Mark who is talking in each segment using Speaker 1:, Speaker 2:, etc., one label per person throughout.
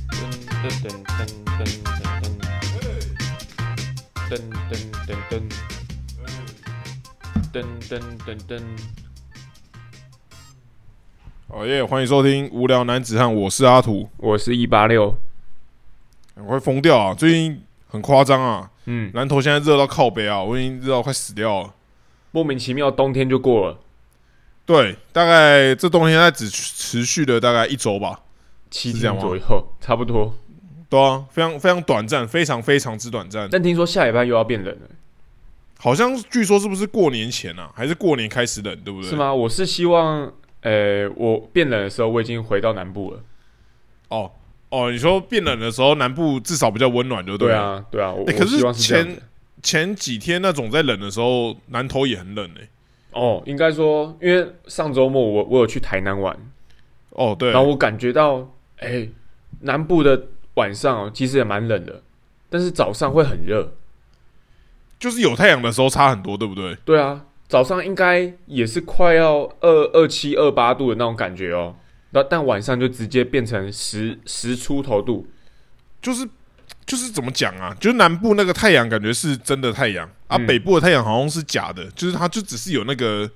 Speaker 1: 噔噔噔噔噔噔噔噔噔噔噔噔。
Speaker 2: 哦耶！欢迎收听《无聊男子汉》，我是阿土，
Speaker 1: 我是一八六，
Speaker 2: 我快疯掉啊！最近很夸张啊，
Speaker 1: 嗯，
Speaker 2: 南投现在热到靠北啊，我已经热到快死掉了。
Speaker 1: 莫名其妙冬天就过了，
Speaker 2: 对，大概这冬天它只持续了大概一周吧，
Speaker 1: 七
Speaker 2: 是这样
Speaker 1: 天
Speaker 2: 吗
Speaker 1: 左右，差不多。
Speaker 2: 对啊，非常非常短暂，非常非常之短暂。
Speaker 1: 但听说下礼拜又要变冷了，
Speaker 2: 好像据说是不是过年前啊，还是过年开始冷，对不对？
Speaker 1: 是？吗？我是希望，呃，我变冷的时候我已经回到南部了。
Speaker 2: 哦哦，你说变冷的时候，南部至少比较温暖，就
Speaker 1: 对
Speaker 2: 了。
Speaker 1: 啊，对啊，我
Speaker 2: 欸可
Speaker 1: 我希望
Speaker 2: 是
Speaker 1: 是这样
Speaker 2: 前
Speaker 1: 的。
Speaker 2: 前几天那种在冷的时候，南投也很冷欸诶、
Speaker 1: 哦，应该说，因为上周末我我有去台南玩，
Speaker 2: 哦，对，
Speaker 1: 然后我感觉到，哎、南部的晚上哦，其实也蛮冷的，但是早上会很热。
Speaker 2: 就是有太阳的时候差很多，对不对？
Speaker 1: 对啊，早上应该也是快要二二七二八度的那种感觉哦。那但晚上就直接变成十十出头度，
Speaker 2: 就是就是怎么讲啊？就是南部那个太阳感觉是真的太阳啊，
Speaker 1: 嗯
Speaker 2: 北部的太阳好像是假的，就是它就只是有那个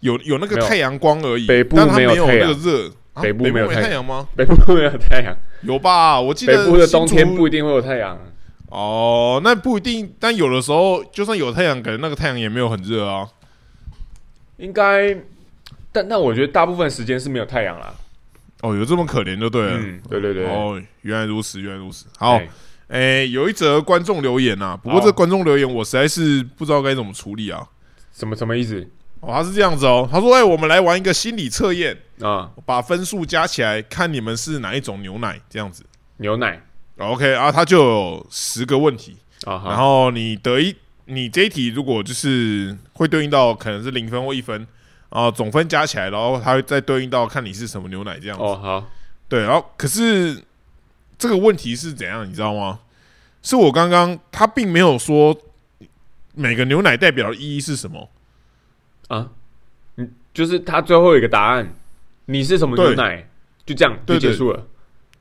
Speaker 2: 有有那个
Speaker 1: 没有
Speaker 2: 太阳光而已，
Speaker 1: 北部
Speaker 2: 但它
Speaker 1: 没有
Speaker 2: 有
Speaker 1: 太
Speaker 2: 那
Speaker 1: 阳
Speaker 2: 个热。啊
Speaker 1: 北部没有
Speaker 2: 没
Speaker 1: 太
Speaker 2: 太阳吗？
Speaker 1: 北部没有太阳，
Speaker 2: 有吧？我记
Speaker 1: 北
Speaker 2: 得
Speaker 1: 部的冬天
Speaker 2: 新竹
Speaker 1: 不一定会有太阳。
Speaker 2: 哦，那不一定。但有的时候，就算有太阳，感觉那个太阳也没有很热啊。
Speaker 1: 应该，但但我觉得大部分时间是没有太阳啦。
Speaker 2: 哦，有这么可怜就对了。
Speaker 1: 嗯，对对对，
Speaker 2: 哦，原来如此，原来如此。好，
Speaker 1: 哎
Speaker 2: 诶、有一则观众留言啊，不过
Speaker 1: 好
Speaker 2: 这观众留言我实在是不知道该怎么处理啊。
Speaker 1: 什么什么意思
Speaker 2: 哦，他是这样子哦，他说：“哎、我们来玩一个心理测验，
Speaker 1: 啊？
Speaker 2: 把分数加起来，看你们是哪一种牛奶这样子。
Speaker 1: 牛奶
Speaker 2: 哦” OK 啊，他就有十个问题，
Speaker 1: 啊哈，
Speaker 2: 然后你得一，你这一题如果就是会对应到可能是零分或一分啊，总分加起来，然后他会再对应到看你是什么牛奶这样子。
Speaker 1: 哦好，
Speaker 2: 对，然后可是这个问题是怎样，你知道吗？是我刚刚他并没有说每个牛奶代表的意义是什么。
Speaker 1: 就是它最后一个答案，你是什么牛
Speaker 2: 对
Speaker 1: 奶？就这样就
Speaker 2: 对对
Speaker 1: 结束了。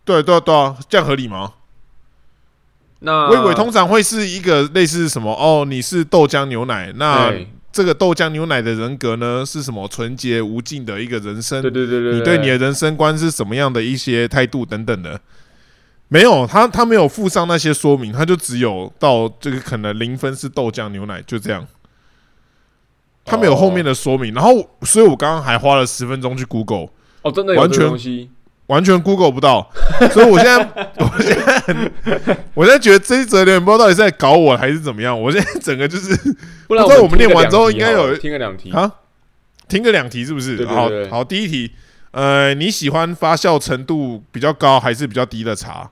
Speaker 2: 对对对啊，这样合理吗？
Speaker 1: 那
Speaker 2: 我以为通常会是一个类似什么哦，你是豆浆牛奶，那
Speaker 1: 对
Speaker 2: 这个豆浆牛奶的人格呢是什么纯洁无尽的一个人生？
Speaker 1: 对对对对，
Speaker 2: 你对你的人生观是什么样的一些态度等等的。没有，他他没有附上那些说明，他就只有到这个可能零分是豆浆牛奶，就这样。他没有后面的说明，然后，所以我刚刚还花了十分钟去 Google，
Speaker 1: 哦，真的有
Speaker 2: 完
Speaker 1: 这
Speaker 2: 全
Speaker 1: 东西
Speaker 2: 完全 Google 不到，所以我 现在，我现在很，我现在觉得这一则留言不知道到底是在搞我还是怎么样，我现在整个就是
Speaker 1: 不然
Speaker 2: 不知道
Speaker 1: 我
Speaker 2: 我
Speaker 1: 听个
Speaker 2: 们念完
Speaker 1: 两
Speaker 2: 之后
Speaker 1: 题
Speaker 2: 应该
Speaker 1: 好了
Speaker 2: 有
Speaker 1: 听个两题
Speaker 2: 啊，听个两题是不是？
Speaker 1: 对对
Speaker 2: 好
Speaker 1: 对
Speaker 2: 好，第一题，呃，你喜欢发酵程度比较高还是比较低的茶？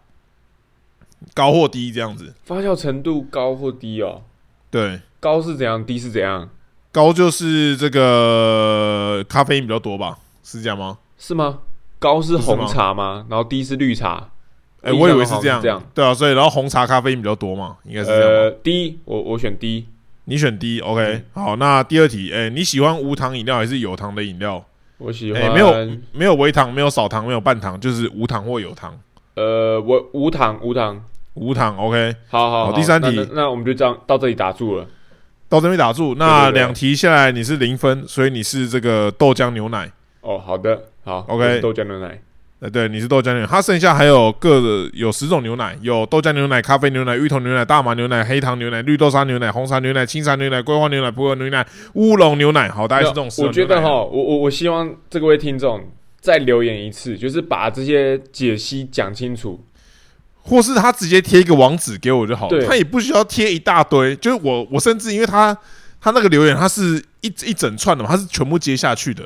Speaker 2: 高或低这样子？
Speaker 1: 发酵程度高或低哦，
Speaker 2: 对，
Speaker 1: 高是怎样，低是怎样，
Speaker 2: 高就是这个咖啡因比较多吧？是这样吗？
Speaker 1: 是吗？高是
Speaker 2: 不是吗
Speaker 1: 红茶吗？然后低是绿茶？
Speaker 2: 哎、
Speaker 1: 印
Speaker 2: 我以
Speaker 1: 象
Speaker 2: 为
Speaker 1: 中好
Speaker 2: 这
Speaker 1: 像
Speaker 2: 样，
Speaker 1: 是这样
Speaker 2: 对啊，所以然后红茶咖啡因比较多嘛，应该是这样吧。
Speaker 1: 呃，低，我我选低，
Speaker 2: 你选低，OK，、
Speaker 1: 嗯
Speaker 2: 好，那第二题，哎、你喜欢无糖饮料还是有糖的饮料？
Speaker 1: 我喜
Speaker 2: 哎、
Speaker 1: 欢
Speaker 2: 没有，没有微糖，没有少糖，没有半糖，就是无糖或有糖，
Speaker 1: 呃，我无糖无糖，
Speaker 2: 无糖，OK。
Speaker 1: 好好
Speaker 2: 好第三
Speaker 1: 那
Speaker 2: 题
Speaker 1: 那那我们就这样到这里打住了。
Speaker 2: 到这边打住。那
Speaker 1: 对对对
Speaker 2: 两题下来你是零分，所以你是这个豆浆牛奶，
Speaker 1: 哦，好的，好
Speaker 2: OK
Speaker 1: 我是豆浆牛奶，
Speaker 2: 呃，对，你是豆浆牛奶。它剩下还有各的有十种牛奶，有豆浆牛奶、咖啡牛奶、芋头牛奶、大麻牛奶、黑糖牛奶、绿豆沙牛奶、红茶牛奶、青茶牛奶、桂花牛奶、葡萄牛奶、乌龙牛奶。好，大概是这种十
Speaker 1: 我
Speaker 2: 种
Speaker 1: 觉
Speaker 2: 牛奶。
Speaker 1: 得哈，我我我希望这位听众再留言一次，就是把这些解析讲清楚。
Speaker 2: 或是他直接贴一个网址给我就好
Speaker 1: 对
Speaker 2: 了，他也不需要贴一大堆。就是我，我甚至因为他他那个留言，他是一一整串的嘛，他是全部接下去的，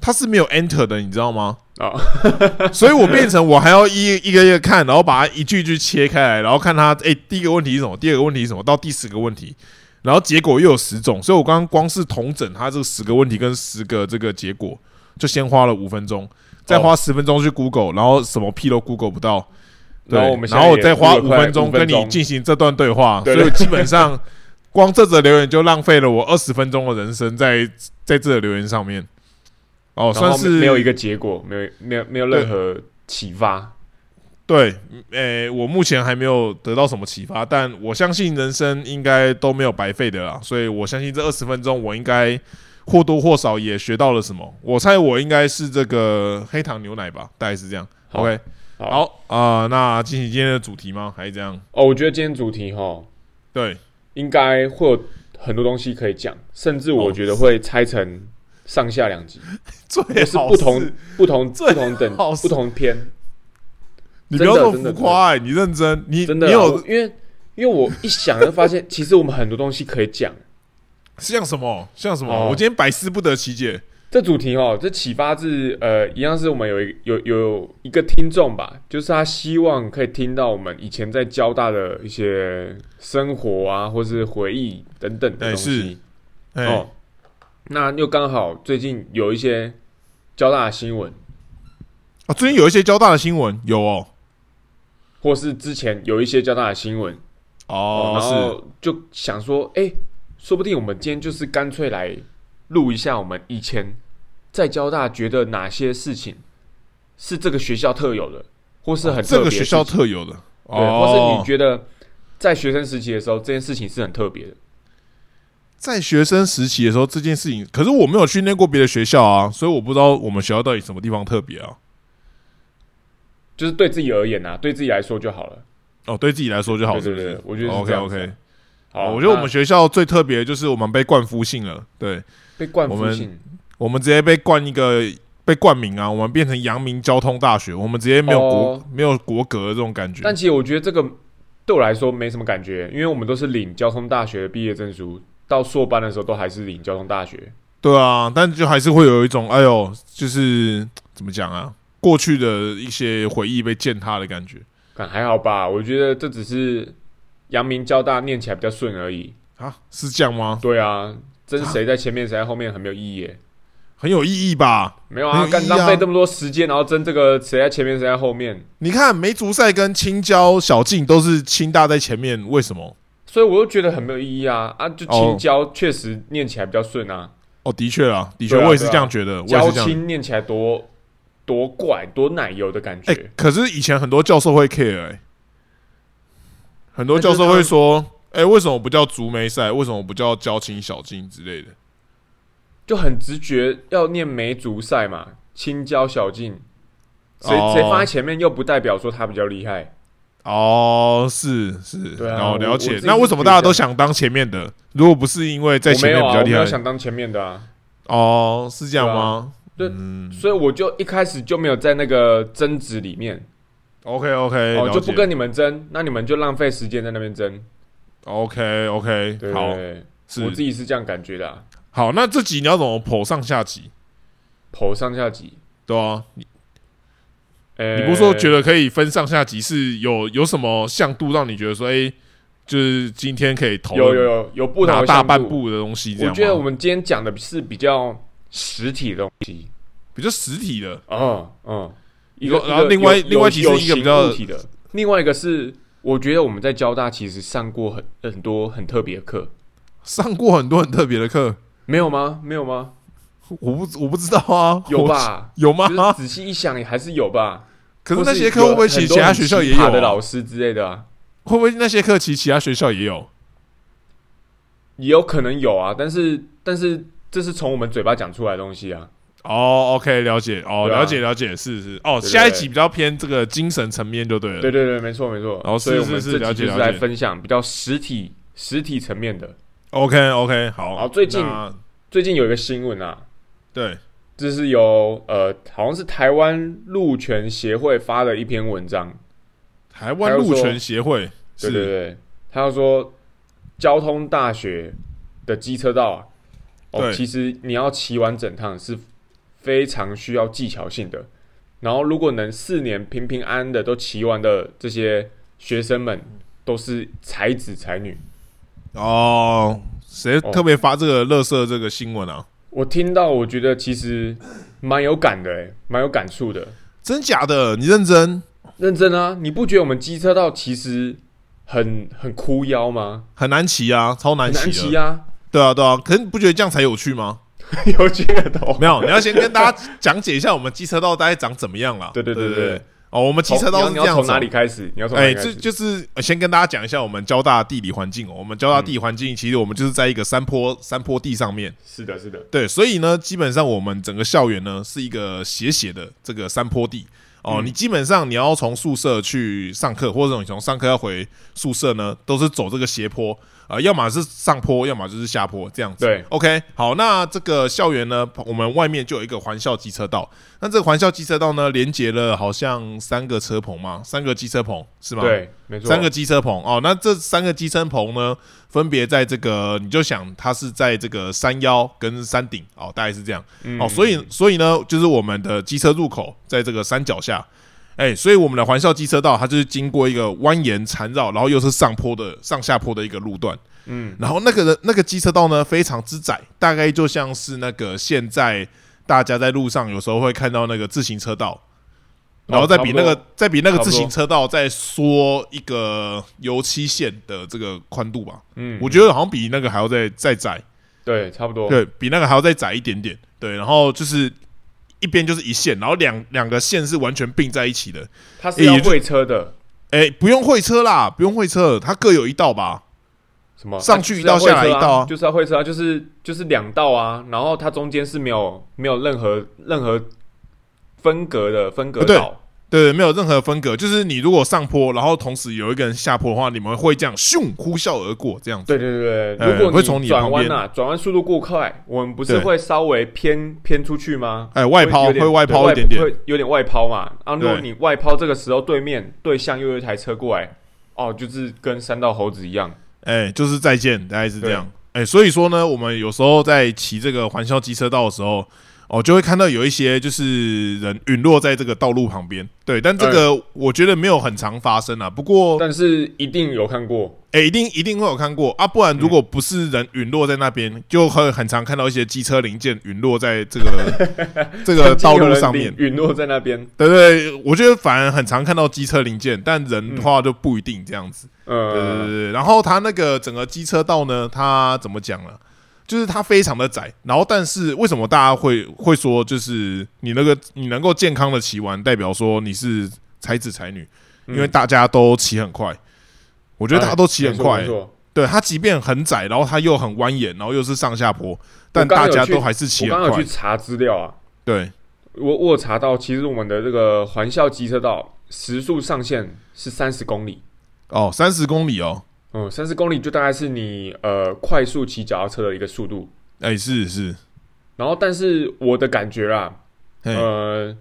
Speaker 2: 他是没有 enter 的，你知道吗？
Speaker 1: 啊，
Speaker 2: 所以我变成我还要一一个一个看，然后把它一句一句切开来，然后看它，诶，第一个问题是什么，第二个问题是什么，到第十个问题，然后结果又有十种，所以我刚刚光是统整它这十个问题跟十个这个结果，就先花了五分钟，再花十分钟去 Google，然后什么屁都 Google 不到，对
Speaker 1: 然后我们现
Speaker 2: 然
Speaker 1: 在
Speaker 2: 后
Speaker 1: 也
Speaker 2: 再花
Speaker 1: 录了
Speaker 2: 五
Speaker 1: 快
Speaker 2: 分钟
Speaker 1: 5分
Speaker 2: 跟你
Speaker 1: 钟
Speaker 2: 进行这段对话，
Speaker 1: 对
Speaker 2: 所以基本 上光这则留言就浪费了我二十分钟的人生在在这则留言上面。哦，
Speaker 1: 然
Speaker 2: 算
Speaker 1: 后
Speaker 2: 是
Speaker 1: 没有一个结果，没有没有没有任何启发。
Speaker 2: 对，诶、我目前还没有得到什么启发，但我相信人生应该都没有白费的啦，所以我相信这二十分钟我应该或多或少也学到了什么。我猜我应该是这个黑糖牛奶吧，大概是这样。
Speaker 1: 好
Speaker 2: OK，
Speaker 1: 好
Speaker 2: 好啊、那进行今天的主题吗？还是这样？
Speaker 1: 哦，我觉得今天主题哈，
Speaker 2: 对，
Speaker 1: 应该会有很多东西可以讲，甚至我觉得会拆成上下两 集，
Speaker 2: 最
Speaker 1: 就是不同不同
Speaker 2: 最
Speaker 1: 不同等
Speaker 2: 好是
Speaker 1: 不同篇，
Speaker 2: 你不要这么
Speaker 1: 真的
Speaker 2: 浮夸、欸，你认真，你
Speaker 1: 真的
Speaker 2: 你
Speaker 1: 啊，我
Speaker 2: 有
Speaker 1: 因为因为我一想就发现，其实我们很多东西可以讲。
Speaker 2: 像什么像什么？
Speaker 1: 哦
Speaker 2: 我今天百思不得其解。
Speaker 1: 这主题哦，这启发自呃，一样是我们有一有有一个听众吧，就是他希望可以听到我们以前在交大的一些生活啊，或是回忆等等的
Speaker 2: 哎
Speaker 1: 东
Speaker 2: 是
Speaker 1: 西、
Speaker 2: 哎、
Speaker 1: 哦。那又刚好最近有一些交大的新闻，
Speaker 2: 啊，最近有一些交大的新闻有哦，
Speaker 1: 或是之前有一些交大的新闻，然
Speaker 2: 哦
Speaker 1: 后就想说，哎、说不定我们今天就是干脆来录一下我们以前在交大觉得哪些事情是这个学校特有的，或是很
Speaker 2: 是哦这
Speaker 1: 特别的
Speaker 2: 个
Speaker 1: 事
Speaker 2: 学
Speaker 1: 情
Speaker 2: 校特有的，
Speaker 1: 对，或是
Speaker 2: 哦
Speaker 1: 你觉得在学生时期的时候，这件事情是很特别的。
Speaker 2: 在学生时期的时候这件事情，可是我没有训练过别的学校啊，所以我不知道我们学校到底什么地方特别啊。
Speaker 1: 就是对自己而言呐、啊，对自己来说就好了。
Speaker 2: 哦，对自己来说就好，
Speaker 1: 对
Speaker 2: 是不
Speaker 1: 对
Speaker 2: 是？
Speaker 1: 对我觉得是这
Speaker 2: OK
Speaker 1: 样子啊
Speaker 2: OK。
Speaker 1: 好，
Speaker 2: 哦我觉得我
Speaker 1: 那
Speaker 2: 们学校最特别的就是我们被灌夫性了，对
Speaker 1: 被灌
Speaker 2: 我
Speaker 1: 服
Speaker 2: 们
Speaker 1: 性，
Speaker 2: 我们直接被灌一个被冠名啊，我们变成阳明交通大学，我们直接没有国、
Speaker 1: 哦
Speaker 2: 没有国格的这种感觉。
Speaker 1: 但其实我觉得这个对我来说没什么感觉，因为我们都是领交通大学的毕业证书，到硕班的时候都还是领交通大学。
Speaker 2: 对啊，但就还是会有一种，哎呦，就是怎么讲啊，过去的一些回忆被践踏的感觉
Speaker 1: 看还好吧，我觉得这只是阳明交大念起来比较顺而已。
Speaker 2: 啊，是这样吗？
Speaker 1: 对啊，真谁在前面谁在后面很没有意义耶。
Speaker 2: 很有意义吧？
Speaker 1: 没有啊，
Speaker 2: 没有意义
Speaker 1: 干
Speaker 2: 啊
Speaker 1: 浪费这么多时间，然后争这个谁在前面谁在后面，
Speaker 2: 你看梅竹赛跟青椒小静都是清大在前面，为什么？
Speaker 1: 所以我又觉得很没有意义啊啊！就
Speaker 2: 哦
Speaker 1: 青椒确实念起来比较顺啊，
Speaker 2: 哦，的确啊，的确，
Speaker 1: 对啊
Speaker 2: 我也是这样觉得，我也
Speaker 1: 椒
Speaker 2: 是这样。
Speaker 1: 青念起来多多怪多奶油的感觉。
Speaker 2: 哎、可是以前很多教授会 care，、欸、很多
Speaker 1: 那就
Speaker 2: 教
Speaker 1: 是
Speaker 2: 授
Speaker 1: 他
Speaker 2: 会
Speaker 1: 们
Speaker 2: 说，哎、为什么不叫竹梅赛？为什么不叫交青小静之类的？
Speaker 1: 就很直觉要念梅竹赛嘛，青椒小径，谁
Speaker 2: 哦
Speaker 1: 谁放在前面又不代表说他比较厉害，
Speaker 2: 哦，是是，
Speaker 1: 对啊
Speaker 2: 然后
Speaker 1: 我
Speaker 2: 了
Speaker 1: 我
Speaker 2: 解
Speaker 1: 自。己
Speaker 2: 那为
Speaker 1: 是
Speaker 2: 什
Speaker 1: 觉
Speaker 2: 么大家
Speaker 1: 得
Speaker 2: 都想当前面的？如果不是因为在
Speaker 1: 我
Speaker 2: 前
Speaker 1: 没
Speaker 2: 面
Speaker 1: 有
Speaker 2: 比
Speaker 1: 啊，
Speaker 2: 较
Speaker 1: 我
Speaker 2: 厉
Speaker 1: 没
Speaker 2: 害、
Speaker 1: 有想当前面的啊，
Speaker 2: 哦，是这样
Speaker 1: 对啊
Speaker 2: 吗？
Speaker 1: 对
Speaker 2: 嗯
Speaker 1: 所以我就一开始就没有在那个争执里面，
Speaker 2: ，OK OK，
Speaker 1: 哦，就不跟你们争，那你们就浪费时间在那边争，
Speaker 2: OK OK，
Speaker 1: 对
Speaker 2: 好
Speaker 1: 对，对我自
Speaker 2: 是
Speaker 1: 己是这样感觉的、啊，
Speaker 2: 好。那这集你要怎么剖上下集？
Speaker 1: 剖上下集，
Speaker 2: 对啊，你
Speaker 1: 呃、
Speaker 2: 你不是说觉得可以分上下集是有有什么向度让你觉得说，哎、就是今天可以讨
Speaker 1: 有有
Speaker 2: 论
Speaker 1: 有有不同
Speaker 2: 哪
Speaker 1: 的
Speaker 2: 大
Speaker 1: 向
Speaker 2: 半
Speaker 1: 度
Speaker 2: 部的东西这
Speaker 1: 我
Speaker 2: 样
Speaker 1: 觉得我
Speaker 2: 吗？
Speaker 1: 们今天讲的是比较实体的东西，
Speaker 2: 比较实体的
Speaker 1: 哦，嗯，一
Speaker 2: 有
Speaker 1: 个
Speaker 2: 然后
Speaker 1: 一个
Speaker 2: 另外
Speaker 1: 有
Speaker 2: 另外其实
Speaker 1: 有
Speaker 2: 一个比
Speaker 1: 形
Speaker 2: 较
Speaker 1: 物体的，另外一个是我觉得我们在交大其实上过很很多很特别的课，
Speaker 2: 上过很多很特别的课，
Speaker 1: 没有吗？没有吗？
Speaker 2: 我不我不知道啊，
Speaker 1: 有
Speaker 2: 我？
Speaker 1: 吧？
Speaker 2: 有吗
Speaker 1: 就？是仔细一想，也还是有吧。
Speaker 2: 可是
Speaker 1: 或
Speaker 2: 那些课会不会其实
Speaker 1: 有很多
Speaker 2: 其他
Speaker 1: 很
Speaker 2: 学校
Speaker 1: 奇
Speaker 2: 也有、
Speaker 1: 葩的
Speaker 2: 啊？
Speaker 1: 老师之类的啊？
Speaker 2: 会不会那些课其实其他学校也有？
Speaker 1: 也有可能有啊，但是但是这是从我们嘴巴讲出来的东西啊。
Speaker 2: 哦、o k 了解，哦、
Speaker 1: 对啊
Speaker 2: 了解，了解，是是，
Speaker 1: 对
Speaker 2: 哦，
Speaker 1: 对
Speaker 2: 下一集比较偏这个精神层面就对了，
Speaker 1: 对对对，没错没错。
Speaker 2: 哦是
Speaker 1: 所以我们
Speaker 2: 是是
Speaker 1: 这
Speaker 2: 了
Speaker 1: 集
Speaker 2: 解
Speaker 1: 就是
Speaker 2: 了
Speaker 1: 来
Speaker 2: 解
Speaker 1: 分享比较实体实体层面的。
Speaker 2: ，OK OK，好，
Speaker 1: 好最近
Speaker 2: 那
Speaker 1: 最近有一个新闻啊，
Speaker 2: 对，
Speaker 1: 这是由呃，好像是台湾陆权协会发的一篇文章，
Speaker 2: 台湾陆权协会
Speaker 1: 对对
Speaker 2: 是
Speaker 1: 对，他就说交通大学的机车道啊，哦，
Speaker 2: 对
Speaker 1: 其实你要骑完整趟是非常需要技巧性的。然后如果能四年平平安安的都骑完的这些学生们，都是才子才女。
Speaker 2: 哦，谁
Speaker 1: 哦
Speaker 2: 特别发这个乐色这个新闻啊？
Speaker 1: 我听到，我觉得其实蛮有感的、欸，蛮有感触的。
Speaker 2: 真假的？你认真？
Speaker 1: 认真啊，你不觉得我们机车道其实很很枯腰吗？
Speaker 2: 很难骑啊，超难
Speaker 1: 很
Speaker 2: 骑
Speaker 1: 难
Speaker 2: 的。
Speaker 1: 骑啊，
Speaker 2: 对啊，对啊，可是你不觉得这样才有趣吗？
Speaker 1: 有趣的头。
Speaker 2: 没有，你要先跟大家讲解一下我们机车道大概长怎么样啦。啊
Speaker 1: 对对
Speaker 2: 对
Speaker 1: 对对，
Speaker 2: 哦，我们骑车
Speaker 1: 从
Speaker 2: 都是
Speaker 1: 你
Speaker 2: 这
Speaker 1: 要你要
Speaker 2: 样
Speaker 1: 从
Speaker 2: 子
Speaker 1: 哪
Speaker 2: 哦
Speaker 1: 里。开始？你要从哪
Speaker 2: 哎，
Speaker 1: 里开
Speaker 2: 这
Speaker 1: 始？
Speaker 2: 就是呃先跟大家讲一下我们交大地理环境哦。我们交大地理环境，其实我们就是在一个山坡山坡地上面，
Speaker 1: 是的，是的，
Speaker 2: 对，所以呢，基本上我们整个校园呢是一个斜斜的这个山坡地哦。
Speaker 1: 嗯
Speaker 2: 你基本上你要从宿舍去上课，或者你从上课要回宿舍呢，都是走这个斜坡，呃，要么是上坡，要么就是下坡这样子。
Speaker 1: 对
Speaker 2: ，OK，好，那这个校园呢，我们外面就有一个环校机车道，那这个环校机车道呢，连接了好像三个车棚嘛，三个机车棚是吗？。
Speaker 1: 对，没错。
Speaker 2: 三个机车棚哦，那这三个机车棚呢，分别在这个，你就想它是在这个山腰跟山顶哦，大概是这样、
Speaker 1: 嗯
Speaker 2: 哦，所以所以呢，就是我们的机车入口在这个山脚下，哎、所以我们的环校机车道它就是经过一个蜿蜒缠绕，然后又是上坡的上下坡的一个路段，嗯，然后那个人那个机车道呢非常之窄，大概就像是那个现在大家在路上有时候会看到那个自行车道。然后再比那
Speaker 1: 差不
Speaker 2: 个
Speaker 1: 多
Speaker 2: 再比那个
Speaker 1: 差不
Speaker 2: 自
Speaker 1: 多
Speaker 2: 行车道再缩一个油漆线的这个宽度吧，
Speaker 1: 嗯，哦
Speaker 2: 我觉得好像比那个还要再再窄，
Speaker 1: 对，差不多。
Speaker 2: 对比那个还要再窄一点点，对，然后就是一边就是一线，然后两两个线是完全并在一起的，
Speaker 1: 它是要
Speaker 2: 也就
Speaker 1: 会车的，
Speaker 2: 哎，不用会车啦，不用会车，它各有一道吧，
Speaker 1: 什么
Speaker 2: 上去一道下来一道啊
Speaker 1: 就是要会车啊，就是就是两道啊，然后它中间是没有没有任何任何分隔的分隔
Speaker 2: 对
Speaker 1: 道，
Speaker 2: 对，没有任何分隔，就是你如果上坡，然后同时有一个人下坡的话，你们会这样咻呼啸而过这样子，
Speaker 1: 对对对
Speaker 2: 呃
Speaker 1: 对，如果
Speaker 2: 会从你的
Speaker 1: 转弯
Speaker 2: 旁
Speaker 1: 啊，转弯速度过快，我们不是
Speaker 2: 对
Speaker 1: 会稍微偏偏出去吗？
Speaker 2: 哎，外抛
Speaker 1: 有点
Speaker 2: 会外
Speaker 1: 对
Speaker 2: 抛一点点，
Speaker 1: 会有点外抛嘛。啊，如果
Speaker 2: 对
Speaker 1: 你外抛，这个时候对面对向又有一台车过来，哦，就是跟三道猴子一样，
Speaker 2: 哎、就是再见，大概是这样。哎、所以说呢，我们有时候在骑这个环校机车道的时候，哦，就会看到有一些就是人陨落在这个道路旁边。对，但这个我觉得没有很常发生啊。不过，
Speaker 1: 但是一定有看过，
Speaker 2: 哎、一定一定会有看过啊，不然如果不是人陨落在那边，就很很常看到一些机车零件陨落在这个 这个呃道路上面。
Speaker 1: 陨落在那边，
Speaker 2: 对对，我觉得反而很常看到机车零件，但人的话就不一定这样子。对对对
Speaker 1: 呃，
Speaker 2: 对，然后它那个整个机车道呢，它怎么讲呢？就是它非常的窄，然后但是为什么大家会会说，就是你那个你能够健康的骑完，代表说你是才子才女，
Speaker 1: 嗯
Speaker 2: 因为大家都骑很快。我觉得大家都骑很快
Speaker 1: 哎没错没，错
Speaker 2: 对它即便很窄，然后它又很蜿蜒，然后又是上下坡，但
Speaker 1: 刚
Speaker 2: 大
Speaker 1: 刚有
Speaker 2: 家
Speaker 1: 去
Speaker 2: 都还是骑
Speaker 1: 我刚
Speaker 2: 很
Speaker 1: 刚有
Speaker 2: 快
Speaker 1: 去。查资料啊，
Speaker 2: 对，
Speaker 1: 我我有查到，其实我们的这个环校机车道时速上限是三十公里，
Speaker 2: 哦，三十公里哦，
Speaker 1: 嗯，三十公里就大概是你呃快速骑脚踏车的一个速度。
Speaker 2: 哎，是是，
Speaker 1: 然后，但是我的感觉啦，
Speaker 2: 嘿
Speaker 1: 呃，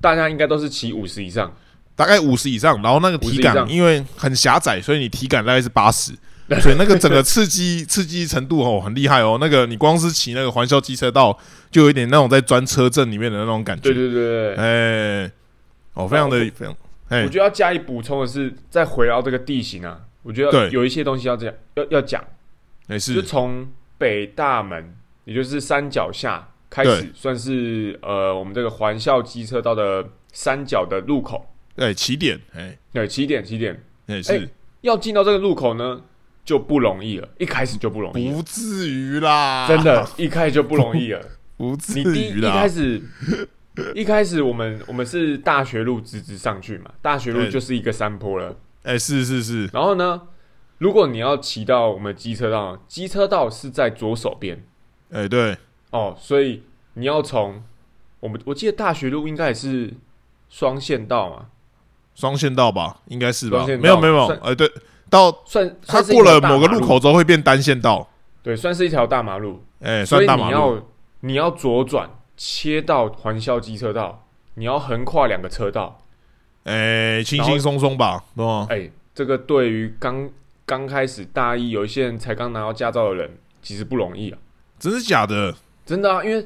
Speaker 1: 大家应该都是骑五十以上，
Speaker 2: 大概五十以上，然后那个体
Speaker 1: 50以
Speaker 2: 感
Speaker 1: 上
Speaker 2: 因为很狭窄，所以你体感大概是 八十，所以那个整个刺激刺激程度哦很厉害哦。那个你光是骑那个环校机车道，就有一点那种在钻车阵里面的那种感觉。
Speaker 1: 对对对对。
Speaker 2: 哎、哦，非常的非常，哎、
Speaker 1: 我觉得要加以补充的是，再回到这个地形啊，我觉
Speaker 2: 对
Speaker 1: 得有一些东西要讲，要要讲，
Speaker 2: 哎
Speaker 1: 就是从北大门，也就是山脚下开
Speaker 2: 对
Speaker 1: 始，算是呃我们这个环校机车道的山脚的入口，
Speaker 2: 哎起点，哎
Speaker 1: 对，起点起点。
Speaker 2: 哎是
Speaker 1: 哎要进到这个入口呢，就不容易了，一开始就不容易了，
Speaker 2: 不至于啦，
Speaker 1: 真的，一开始就不容易了。
Speaker 2: 不至
Speaker 1: 你第
Speaker 2: 于
Speaker 1: 一一开
Speaker 2: 啦。
Speaker 1: 始，一开始我们我们是大学路直直上去嘛，大学路
Speaker 2: 对
Speaker 1: 就是一个山坡了。
Speaker 2: 哎、是是是，
Speaker 1: 然后呢，如果你要骑到我们机车道，机车道是在左手边
Speaker 2: 哎、对，
Speaker 1: 哦，所以你要从我们我记得大学路应该也是双线道嘛，
Speaker 2: 双线道吧，应该是吧？
Speaker 1: 双线道
Speaker 2: 没有没有没有，
Speaker 1: 算
Speaker 2: 哎、对，到
Speaker 1: 算
Speaker 2: 它
Speaker 1: 算是一
Speaker 2: 过
Speaker 1: 条
Speaker 2: 了
Speaker 1: 大
Speaker 2: 某个
Speaker 1: 马
Speaker 2: 路口之后会变单线道，
Speaker 1: 对，算是一条大马路。
Speaker 2: 哎、
Speaker 1: 所
Speaker 2: 算
Speaker 1: 以
Speaker 2: 大马
Speaker 1: 你
Speaker 2: 路。
Speaker 1: 要你要左转切到环校机车道，你要横跨两个车道。
Speaker 2: 哎，轻
Speaker 1: 然后
Speaker 2: 轻松松吧，对吧？
Speaker 1: 哎、这个对于刚刚开始大一，有一些人才刚拿到驾照的人，其实不容易啊，
Speaker 2: 真是假的？
Speaker 1: 真的啊，因为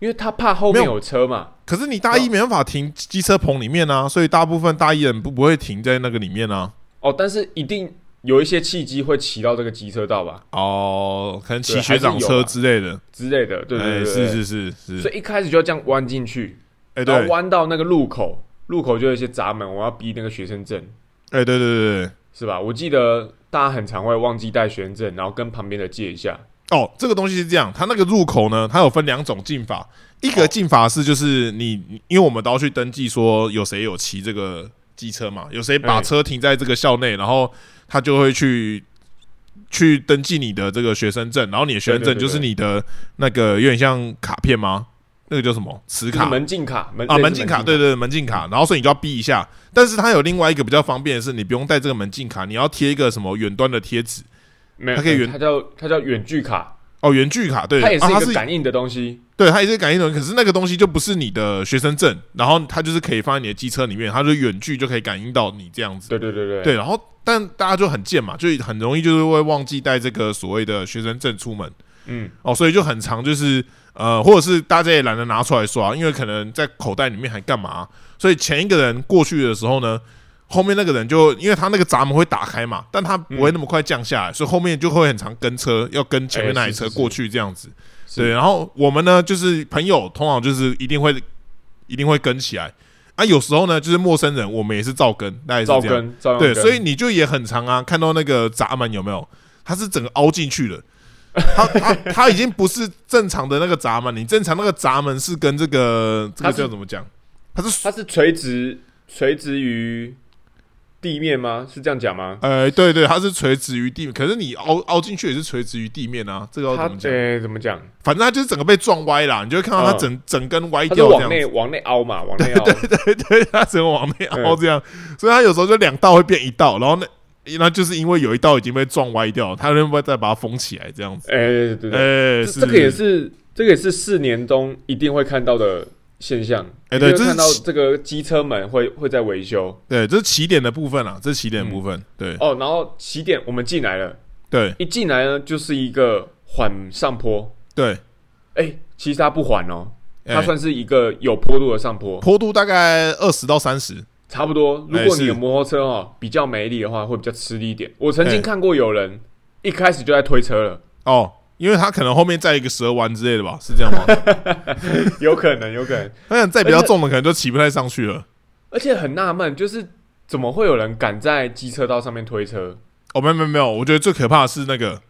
Speaker 1: 因为他怕后面
Speaker 2: 没有
Speaker 1: 有车嘛。
Speaker 2: 可是你大
Speaker 1: 啊
Speaker 2: 一没办法停机车棚里面啊，所以大部分大一人不不会停在那个里面啊。
Speaker 1: 哦，但是一定有一些契机会骑到这个机车道吧
Speaker 2: 哦，可能骑
Speaker 1: 对
Speaker 2: 学长
Speaker 1: 还是有
Speaker 2: 车
Speaker 1: 啊
Speaker 2: 之类的。
Speaker 1: 之类的，对对
Speaker 2: 哎，
Speaker 1: 对
Speaker 2: 是
Speaker 1: 对
Speaker 2: 是是是
Speaker 1: 所。以一开始就要这样弯进去，
Speaker 2: 哎，对
Speaker 1: 然，后弯到那个路口，路口就有一些闸门，我要逼那个学生证。
Speaker 2: 哎，对对对对。
Speaker 1: 是吧？我记得大家很常会忘记带学生证，然后跟旁边的借一下。
Speaker 2: 哦，这个东西是这样，它那个入口呢，它有分两种进法，一个进法是就是你，你因为我们都要去登记说有谁有骑这个机车嘛，有谁把
Speaker 1: 哎
Speaker 2: 车停在这个校内，然后他就会去去登记你的这个学生证，然后你的学生
Speaker 1: 对
Speaker 2: 证
Speaker 1: 对对
Speaker 2: 就是你的那个有点像卡片吗？那个叫什么磁
Speaker 1: 就是
Speaker 2: 卡？
Speaker 1: 门禁卡门
Speaker 2: 啊，
Speaker 1: 类似
Speaker 2: 门禁卡，对对对，门禁卡。然后所以你就要逼一下，但是它有另外一个比较方便的是，你不用带这个门禁卡，你要贴一个什么远端的贴纸
Speaker 1: 没有，
Speaker 2: 它可以远
Speaker 1: 它叫它叫远距卡，
Speaker 2: 哦，远距卡，对，
Speaker 1: 它也是
Speaker 2: 啊
Speaker 1: 一
Speaker 2: 它
Speaker 1: 个感应的东西，
Speaker 2: 对，它也是感应的，可是那个东西就不是你的学生证，然后它就是可以放在你的机车里面，它就远距就可以感应到你这样子。
Speaker 1: 对对对对
Speaker 2: 对，然后但大家就很贱嘛，就很容易就是会忘记带这个所谓的学生证出门
Speaker 1: 嗯，
Speaker 2: 哦，所以就很常就是呃，或者是大家也懒得拿出来刷，因为可能在口袋里面还干嘛？所以前一个人过去的时候呢，后面那个人就因为他那个闸门会打开嘛，但他不会那么快降下
Speaker 1: 嗯
Speaker 2: 来，所以后面就会很常跟车，要跟前面那
Speaker 1: 哎
Speaker 2: 台
Speaker 1: 是
Speaker 2: 车
Speaker 1: 是是
Speaker 2: 过去这样子。
Speaker 1: 嗯是
Speaker 2: 对，然后我们呢，就是朋友，通常就是一定会一定会跟起来啊。有时候呢，就是陌生人，我们也是照跟，大概是
Speaker 1: 照
Speaker 2: 这样。
Speaker 1: 跟照样
Speaker 2: 对，
Speaker 1: 跟
Speaker 2: 所以你就也很常啊，看到那个闸门有没有？它是整个凹进去了，它它它已经不是正常的那个闸门，你正常那个闸门是跟这个这个
Speaker 1: 它是
Speaker 2: 叫怎么讲？它是
Speaker 1: 它是垂直垂直于地面吗？是这样讲吗？
Speaker 2: 呃，对对，它是垂直于地面，可是你凹凹进去也是垂直于地面啊，这个要
Speaker 1: 它
Speaker 2: 怎么讲？
Speaker 1: 呃怎么讲？
Speaker 2: 反正它就是整个被撞歪啦，你就会看到它
Speaker 1: 嗯
Speaker 2: 整、整根歪
Speaker 1: 它是
Speaker 2: 掉这
Speaker 1: 往
Speaker 2: 样子
Speaker 1: 内往内凹嘛，往内凹，
Speaker 2: 对， 它只能往内凹这样，所以它有时候就两道会变一道，然后那那就是因为有一道已经被撞歪掉，它就会再把它封起来这样子。
Speaker 1: 哎对对对，
Speaker 2: 哎、
Speaker 1: 这这个也，是这个也是四年中一定会看到的现象，
Speaker 2: 哎
Speaker 1: 一
Speaker 2: 对
Speaker 1: 定
Speaker 2: 这
Speaker 1: 会看
Speaker 2: 是
Speaker 1: 到这个机车门会会在维修
Speaker 2: 对，这是起点的部分啦，这是起点的部分，对
Speaker 1: 哦，然后起点我们进来了，
Speaker 2: 对
Speaker 1: 一进来呢就是一个缓上坡，
Speaker 2: 对，
Speaker 1: 哎，其实它不缓哦，
Speaker 2: 哎
Speaker 1: 它算是一个有坡度的上坡，
Speaker 2: 坡度大概二十到三十，
Speaker 1: 差不多。如
Speaker 2: 哎
Speaker 1: 果
Speaker 2: 是
Speaker 1: 你有摩托车哦，比较没力的话，会比较吃力一点。我曾
Speaker 2: 哎
Speaker 1: 经看过有人一开始就在推车 了，
Speaker 2: 哦，因为它可能后面再一个蛇丸之类的吧，是这样吗？
Speaker 1: 有可能，有可能。
Speaker 2: 它可能再比较重的可能就骑不太上去了。
Speaker 1: 而且很纳闷，就是怎么会有人敢在机车道上面推车？
Speaker 2: 哦，没有没有没有，我觉得最可怕的是那个，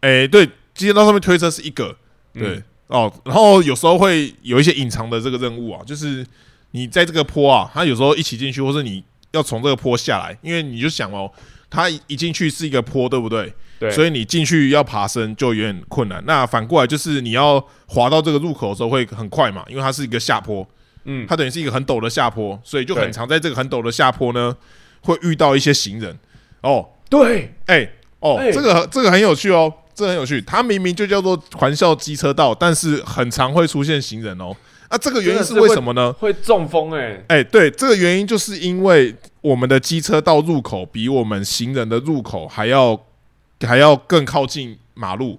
Speaker 2: 哎、对，今天到上面推车是一个，对、
Speaker 1: 嗯
Speaker 2: 哦，然后有时候会有一些隐藏的这个任务啊，就是你在这个坡啊，它有时候一起进去，或是你要从这个坡下来，因为你就想哦，它一一进去是一个坡，对不对？
Speaker 1: 对，
Speaker 2: 所
Speaker 1: 以
Speaker 2: 以你进去要爬升就有点困难。那反过来就是你要滑到这个入口的时候会很快嘛，因为它是一个下坡，
Speaker 1: 嗯，
Speaker 2: 它等于是一个很陡的下坡，所以就很
Speaker 1: 对
Speaker 2: 常在这个很陡的下坡呢，会遇到一些行人哦。
Speaker 1: 对，
Speaker 2: 哎、哦，
Speaker 1: 哎
Speaker 2: 这个这个很有趣哦，这个很有趣。它明明就叫做环校机车道，但是很常会出现行人哦。那、这个原因是为什么呢？
Speaker 1: 会中风哎、
Speaker 2: 哎、对，这个原因就是因为我们的机车道入口比我们行人的入口还要还要更靠近马路。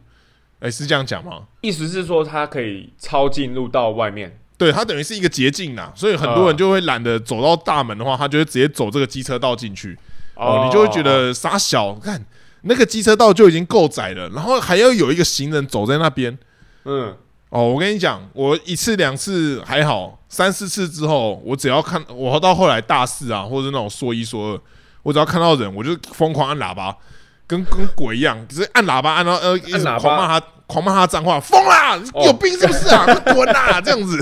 Speaker 2: 哎、是这样讲吗？
Speaker 1: 意思是说它可以超进入到外面。
Speaker 2: 对，它等于是一个捷径啦，所以很多人就会懒得走到大门的话，他就会直接走这个机车道进去。哦，你就会觉得傻小，看那个机车道就已经够窄了，然后还要有一个行人走在那边。
Speaker 1: 嗯，
Speaker 2: 哦，我跟你讲，我一次两次还好，三四次之后，我只要看我到后来大四啊，或者那种说一说二，我只要看到人，我就疯狂按喇叭，跟跟鬼一样，只是按喇叭按到呃，一直
Speaker 1: 按喇叭
Speaker 2: 狂骂他，狂骂他脏话，疯啦，
Speaker 1: 哦
Speaker 2: 有病是不是啊？快滚 啦，这样子，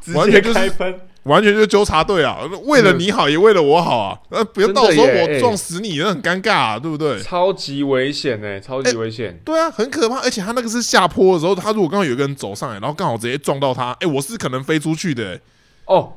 Speaker 1: 直
Speaker 2: 完
Speaker 1: 接
Speaker 2: 全就是
Speaker 1: 开喷。
Speaker 2: 完全就是纠察队啊，为了你好也为了我好啊，那不要
Speaker 1: 真的
Speaker 2: 到时候
Speaker 1: 耶
Speaker 2: 我
Speaker 1: 哎
Speaker 2: 撞死你，那很尴尬啊，对不对？
Speaker 1: 超级危险呢、超级危险、
Speaker 2: 对啊，很可怕，而且他那个是下坡的时候，他如果刚好有一个人走上来，然后刚好直接撞到他，哎、我是可能飞出去的、欸
Speaker 1: 哦。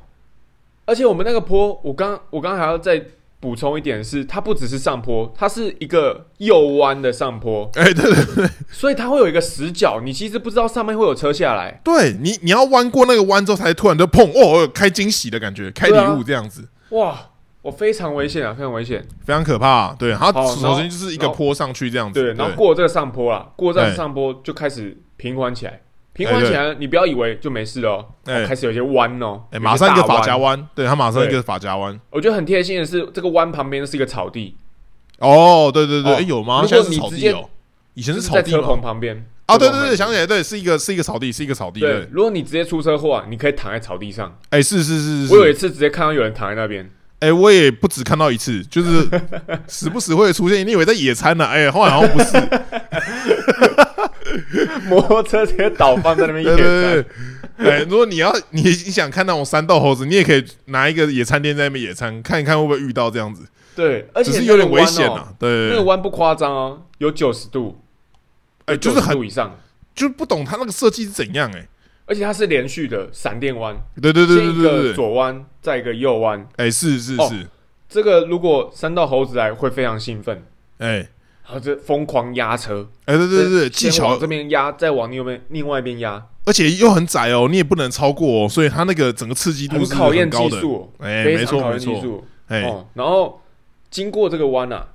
Speaker 1: 而且我们那个坡，我刚我刚还要再补充一点是，它不只是上坡，它是一个右弯的上坡，
Speaker 2: 哎、 对对对，
Speaker 1: 所以它会有一个死角，你其实不知道上面会有车下来。
Speaker 2: 对你你要弯过那个弯之后，才突然就碰，哦，哦开惊喜的感觉，开礼
Speaker 1: 对啊
Speaker 2: 物这样子，
Speaker 1: 哇，我非常危险啊，非常危险。
Speaker 2: 非常可怕、啊。对，他
Speaker 1: 好
Speaker 2: 首
Speaker 1: 然后
Speaker 2: 先就是一个
Speaker 1: 然后
Speaker 2: 坡上去这样子，
Speaker 1: 对，然后过了这个上坡啦，过了这
Speaker 2: 哎
Speaker 1: 个上坡就开始平缓起来，平
Speaker 2: 哎
Speaker 1: 缓
Speaker 2: 对
Speaker 1: 起来，你不要以为就没事了哦，
Speaker 2: 哎
Speaker 1: 哦开始有一些弯哦，
Speaker 2: 哎、
Speaker 1: 有
Speaker 2: 马上一
Speaker 1: 大
Speaker 2: 个法夹弯，对他马上一个
Speaker 1: 对
Speaker 2: 法夹弯。
Speaker 1: 我觉得很贴心的是，这个弯旁边是一个草地，
Speaker 2: 哦，对对对，
Speaker 1: 哦
Speaker 2: 哎有吗？
Speaker 1: 如果
Speaker 2: 现在是
Speaker 1: 你
Speaker 2: 草
Speaker 1: 直
Speaker 2: 地
Speaker 1: 接
Speaker 2: 哦，以前
Speaker 1: 就是是
Speaker 2: 草
Speaker 1: 在
Speaker 2: 地
Speaker 1: 车
Speaker 2: 吗
Speaker 1: 棚？旁边
Speaker 2: 啊，对
Speaker 1: 车棚
Speaker 2: 对
Speaker 1: 旁
Speaker 2: 对，
Speaker 1: 边
Speaker 2: 想起来，对，是一个是一个草地，是一个草地，对
Speaker 1: 对，，如果你直接出车祸啊，你可以躺在草地上。
Speaker 2: 哎、是是是是，
Speaker 1: 我有一次直接看到有人躺在那边，
Speaker 2: 哎、我也不只看到一次，就是 时不时会出现。你以为在野餐呢、哎、后来好像不 是，
Speaker 1: 摩托车直接倒放在那边野
Speaker 2: 对对对
Speaker 1: 餐，
Speaker 2: 对。哎、如果你要你你想看那种山豆猴子，你也可以拿一个野餐垫在那边野餐，看一看会不会遇到这样子，
Speaker 1: 对，而且
Speaker 2: 只是有点危险
Speaker 1: 啊。
Speaker 2: 啊。对
Speaker 1: 那
Speaker 2: 对
Speaker 1: 个
Speaker 2: 对，
Speaker 1: 弯不夸张哦，有九十度，
Speaker 2: 哎、
Speaker 1: 有
Speaker 2: 就是
Speaker 1: 90
Speaker 2: 很
Speaker 1: 度以上，
Speaker 2: 就是不懂它那个设计是怎样哎、
Speaker 1: 而且它是连续的闪电弯，
Speaker 2: 对对对
Speaker 1: 先
Speaker 2: 对
Speaker 1: 一
Speaker 2: 对对
Speaker 1: 个
Speaker 2: 对对，
Speaker 1: 左弯，再一个右弯。
Speaker 2: 哎、是是
Speaker 1: 哦
Speaker 2: 是，
Speaker 1: 这个如果三道猴子来会非常兴奋，
Speaker 2: 哎、
Speaker 1: 然后这疯狂压车，
Speaker 2: 哎、对对对，对技
Speaker 1: 先
Speaker 2: 巧
Speaker 1: 往这，边压，再往另外边另外一边压，
Speaker 2: 而且又很窄哦，你也不能超过哦，所以它那个整个刺激度
Speaker 1: 很
Speaker 2: 是
Speaker 1: 考验
Speaker 2: 很
Speaker 1: 技
Speaker 2: 高的。
Speaker 1: 术，哦
Speaker 2: 哎、
Speaker 1: 非
Speaker 2: 没
Speaker 1: 常
Speaker 2: 错
Speaker 1: 考
Speaker 2: 没
Speaker 1: 验技
Speaker 2: 错，
Speaker 1: 术。
Speaker 2: 哎哎、
Speaker 1: 哦，然后经过这个弯啊，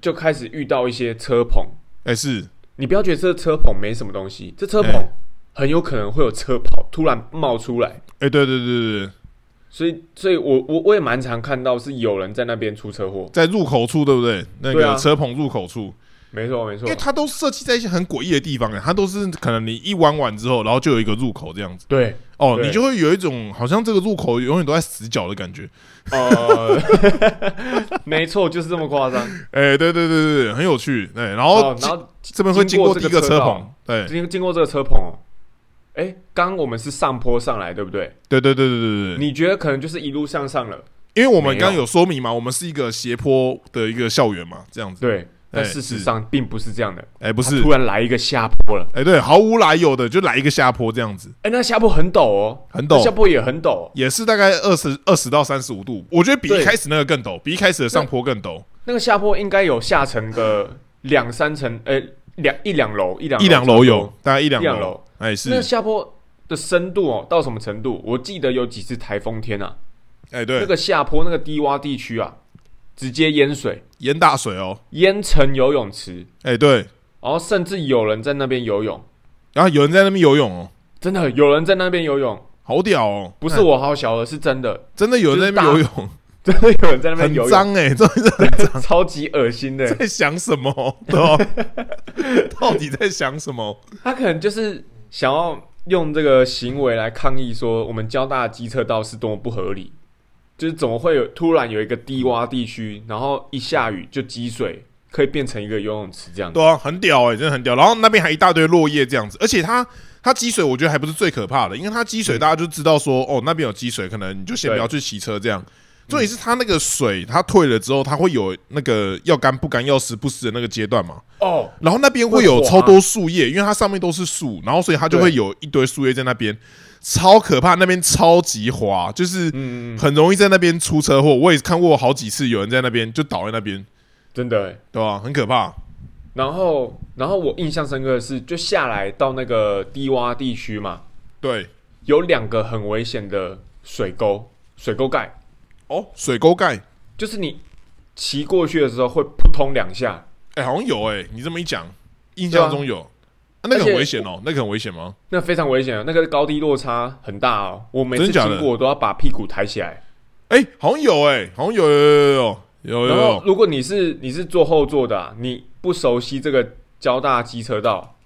Speaker 1: 就开始遇到一些车棚。
Speaker 2: 哎、是，
Speaker 1: 你不要觉得这车棚没什么东西，这车棚
Speaker 2: 哎
Speaker 1: 很有可能会有车跑突然冒出来，
Speaker 2: 哎、对对对对，
Speaker 1: 所以，所以我我我也蛮常看到是有人在那边出车祸。
Speaker 2: 在入口处对不对？那
Speaker 1: 对啊
Speaker 2: 个车棚入口处，
Speaker 1: 没错，没错
Speaker 2: 因为，它都设计在一些很诡异的地方、哎，它都是可能你一弯完之后，然后就有一个入口这样子，
Speaker 1: 对，
Speaker 2: 哦，
Speaker 1: 对
Speaker 2: 你就会有一种好像这个入口永远都在死角的感觉。
Speaker 1: 呃， 没错，就是这么夸张。
Speaker 2: 哎、对对对对对，很有趣，哎、然后
Speaker 1: 哦，
Speaker 2: 这、
Speaker 1: 然后
Speaker 2: 这边会经过第
Speaker 1: 经
Speaker 2: 一
Speaker 1: 过这个
Speaker 2: 个车
Speaker 1: 车道
Speaker 2: 棚，对
Speaker 1: 经经过这个车棚哦，哎，刚我们是上坡上来，对不对？
Speaker 2: 对对对对对对对，
Speaker 1: 你觉得可能就是一路向上了，
Speaker 2: 因为我们刚刚
Speaker 1: 没有
Speaker 2: 有说明嘛，我们是一个斜坡的一个校园嘛，这样子。
Speaker 1: 对，但
Speaker 2: 哎
Speaker 1: 事实
Speaker 2: 是
Speaker 1: 上并不是这样的，
Speaker 2: 哎、不
Speaker 1: 它
Speaker 2: 是
Speaker 1: 突，然来一个下坡了，
Speaker 2: 哎、对，毫无来由的就来一个下坡这样子，
Speaker 1: 哎，那下坡很陡哦，
Speaker 2: 很
Speaker 1: 那
Speaker 2: 陡
Speaker 1: 下，坡也很陡哦，
Speaker 2: 也是大概二十二十到三十五度，我觉得比
Speaker 1: 对
Speaker 2: 一开始那个更陡，比一开始的上坡更陡，
Speaker 1: 那个下坡应该有下层个两三层，哎，两一两楼，一两
Speaker 2: 一两
Speaker 1: 差不
Speaker 2: 楼
Speaker 1: 多
Speaker 2: 有，大概一两
Speaker 1: 一两
Speaker 2: 楼
Speaker 1: 楼，。
Speaker 2: 哎、
Speaker 1: 那
Speaker 2: 是，
Speaker 1: 下坡的深度哦，到什么程度？我记得有几次台风天啊，
Speaker 2: 哎、
Speaker 1: 那
Speaker 2: 对，
Speaker 1: 个下坡那个低洼地区啊，直接淹水，
Speaker 2: 淹大水哦，
Speaker 1: 淹成游泳池，
Speaker 2: 哎、对，
Speaker 1: 然后甚至有人在那边游泳，
Speaker 2: 然后有人在那边游泳哦，
Speaker 1: 真的有人在那边游泳，
Speaker 2: 好屌哦，
Speaker 1: 不是
Speaker 2: 哎
Speaker 1: 我好小的，是真的，
Speaker 2: 真的有人在那边游泳，
Speaker 1: 真的有人在那边
Speaker 2: 很
Speaker 1: 游泳，
Speaker 2: 脏哎、这
Speaker 1: 超级恶心的。
Speaker 2: 在想什么？对吧？ 到底在想什么？
Speaker 1: 他可能就是想要用这个行为来抗议说，我们交大的机车道是多么不合理，就是怎么会有突然有一个低洼地区，然后一下雨就积水，可以变成一个游泳池这样子。
Speaker 2: 对啊，很屌哎、真的很屌。然后那边还一大堆落叶这样子，而且它它积水，我觉得还不是最可怕的，因为它积
Speaker 1: 嗯
Speaker 2: 水大家就知道说，哦，那边有积水，可能你就先不要去骑车这样。
Speaker 1: 嗯
Speaker 2: 重点是它那个水，它退了之后，它会有那个要干不干、要湿不湿的那个阶段嘛。
Speaker 1: 哦，
Speaker 2: 然后那边会有
Speaker 1: 会滑
Speaker 2: 超多树叶，因为它上面都是树，然后所以它就
Speaker 1: 对
Speaker 2: 会有一堆树叶在那边，超可怕，那边超级滑，就是
Speaker 1: 嗯，
Speaker 2: 很容易在那边出车祸。我也看过好几次有人在那边就倒在那边，
Speaker 1: 真的欸。
Speaker 2: 对吧、很可怕。
Speaker 1: 然后，然后我印象深刻的是，就下来到那个低洼地区嘛，
Speaker 2: 对，
Speaker 1: 有两个很危险的水沟，水沟盖，
Speaker 2: 哦，水沟盖，
Speaker 1: 就是你骑过去的时候会扑通两下，
Speaker 2: 哎、好像有哎、你这么一讲，印象中有，啊那个
Speaker 1: 而且
Speaker 2: 很危险哦，那个很危险吗？
Speaker 1: 那非常危险啊！那个高低落差很大哦，我每次
Speaker 2: 真假的
Speaker 1: 经过我都要把屁股抬起来。
Speaker 2: 哎、好像有哎、好像有有有有有有
Speaker 1: 然后
Speaker 2: 有，
Speaker 1: 如果你是你是坐后座的啊、你不熟悉这个交大机车道，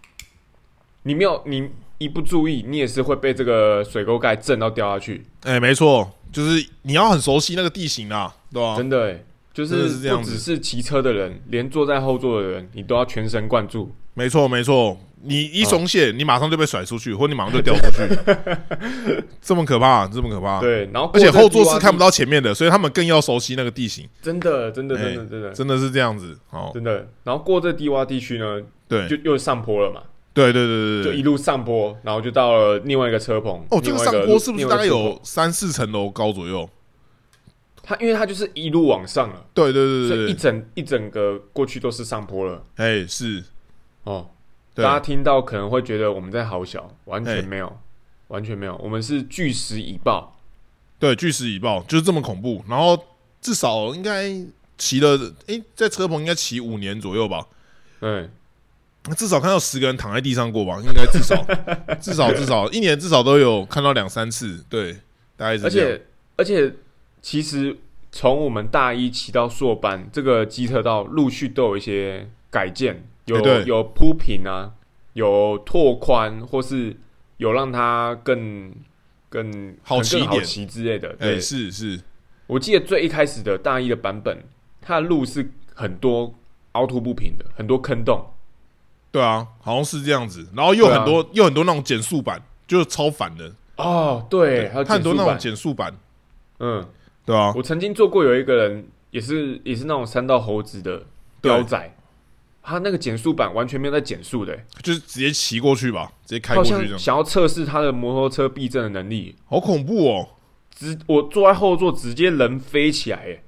Speaker 1: 你没有你一不注意，你也是会被这个水沟盖震到掉下去。
Speaker 2: 哎、没错，就是你要很熟悉那个地形啦，对吧、
Speaker 1: 真的欸，就
Speaker 2: 哦真
Speaker 1: 是
Speaker 2: 的是这样
Speaker 1: 不
Speaker 2: 子
Speaker 1: 只是骑车的人，连坐在后座的人，你都要全神贯注。
Speaker 2: 没错，没错。你
Speaker 1: 嗯
Speaker 2: 一松懈，你马上就被甩出去，或你马上就掉出去， 这么可怕，这么可怕。，
Speaker 1: 对，然后
Speaker 2: 哦而且后座是
Speaker 1: 是
Speaker 2: 看不，到前面的，所以他们更要熟悉那个地形。
Speaker 1: 真的，真的，
Speaker 2: 哎
Speaker 1: 真的，真的，
Speaker 2: 真的是这样子。哦，
Speaker 1: 真的。然后过这低洼地区呢，
Speaker 2: 对，
Speaker 1: 就
Speaker 2: 对，
Speaker 1: 又上坡了嘛。
Speaker 2: 对，对，对，
Speaker 1: 就一
Speaker 2: 对。
Speaker 1: 路上坡，然后就到了另外一个车棚。
Speaker 2: 哦，这
Speaker 1: 另
Speaker 2: 个
Speaker 1: 外一
Speaker 2: 上坡是不是
Speaker 1: 另外
Speaker 2: 大
Speaker 1: 一
Speaker 2: 概
Speaker 1: 个车棚
Speaker 2: 有三四层楼高左右？
Speaker 1: 它？因为它就是一路往上了，
Speaker 2: 对，对，
Speaker 1: 所
Speaker 2: 对，
Speaker 1: 以一
Speaker 2: 对，
Speaker 1: 整一整个过去都是上坡了。
Speaker 2: 哎，是，
Speaker 1: 哦，大
Speaker 2: 对，
Speaker 1: 家听到可能会觉得我们在好小，完
Speaker 2: 哎
Speaker 1: 全没有，完全没有，我们是据实以报。
Speaker 2: 对，据实以报，就是这么恐怖。然后至少应该骑了，诶，在车棚应该骑五年左右吧，
Speaker 1: 嗯，
Speaker 2: 至少看到十个人躺在地上过吧，应该至 少至少至少一年至少都有看到两三次，对，大概是
Speaker 1: 而
Speaker 2: 这样。
Speaker 1: 且而且，其实从我们大一骑到硕班，这个机车道陆续都有一些改建，有、
Speaker 2: 哎对
Speaker 1: 有铺平啊，有拓宽，或是有让它更更
Speaker 2: 好
Speaker 1: 可能
Speaker 2: 骑一
Speaker 1: 更好
Speaker 2: 点
Speaker 1: 骑之类的。
Speaker 2: 哎、
Speaker 1: 对，
Speaker 2: 是是，
Speaker 1: 我记得最一开始的大一的版本，它的路是很多凹凸不平的，很多坑洞。
Speaker 2: 对啊，好像是这样子。然后又
Speaker 1: 对啊
Speaker 2: 很多、又很多那种减速版，就是超烦的。
Speaker 1: 哦，对，还有
Speaker 2: 它很多
Speaker 1: 减
Speaker 2: 那
Speaker 1: 速
Speaker 2: 种
Speaker 1: 板。
Speaker 2: 减速版，
Speaker 1: 嗯，
Speaker 2: 对啊，
Speaker 1: 我曾经做过有一个人，也是也是那种三道猴子的
Speaker 2: 对
Speaker 1: 标仔，他那个减速板完全没有在减速的、欸
Speaker 2: 就是直接骑过去吧，直接开
Speaker 1: 好
Speaker 2: 过去这
Speaker 1: 像
Speaker 2: 样，
Speaker 1: 想要测试他的摩托车避震的能力。
Speaker 2: 好恐怖哦！
Speaker 1: 直我坐在后座，直接人飞起来、 欸，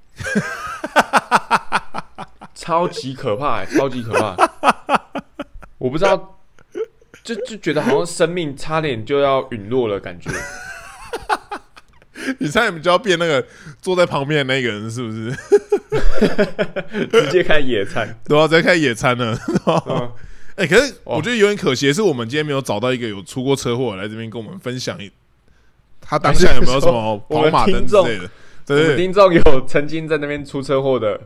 Speaker 1: 超级可怕、欸，超级可怕。我不知道，就就觉得好像生命差点就要陨落了， 感觉。
Speaker 2: 你差点就要变那个坐在旁边的那个人，是不是？
Speaker 1: 直接开野餐，
Speaker 2: 对啊，在开野餐呢。
Speaker 1: 嗯，
Speaker 2: 哎、可是我觉得有点可惜，的是我们今天没有找到一个有出过车祸的来这边跟我们分享一，他当下有没有什么
Speaker 1: 我
Speaker 2: 跑
Speaker 1: 们
Speaker 2: 马灯之类的？
Speaker 1: 我
Speaker 2: 对
Speaker 1: 们
Speaker 2: 对
Speaker 1: 听众有曾经在那边出车祸的，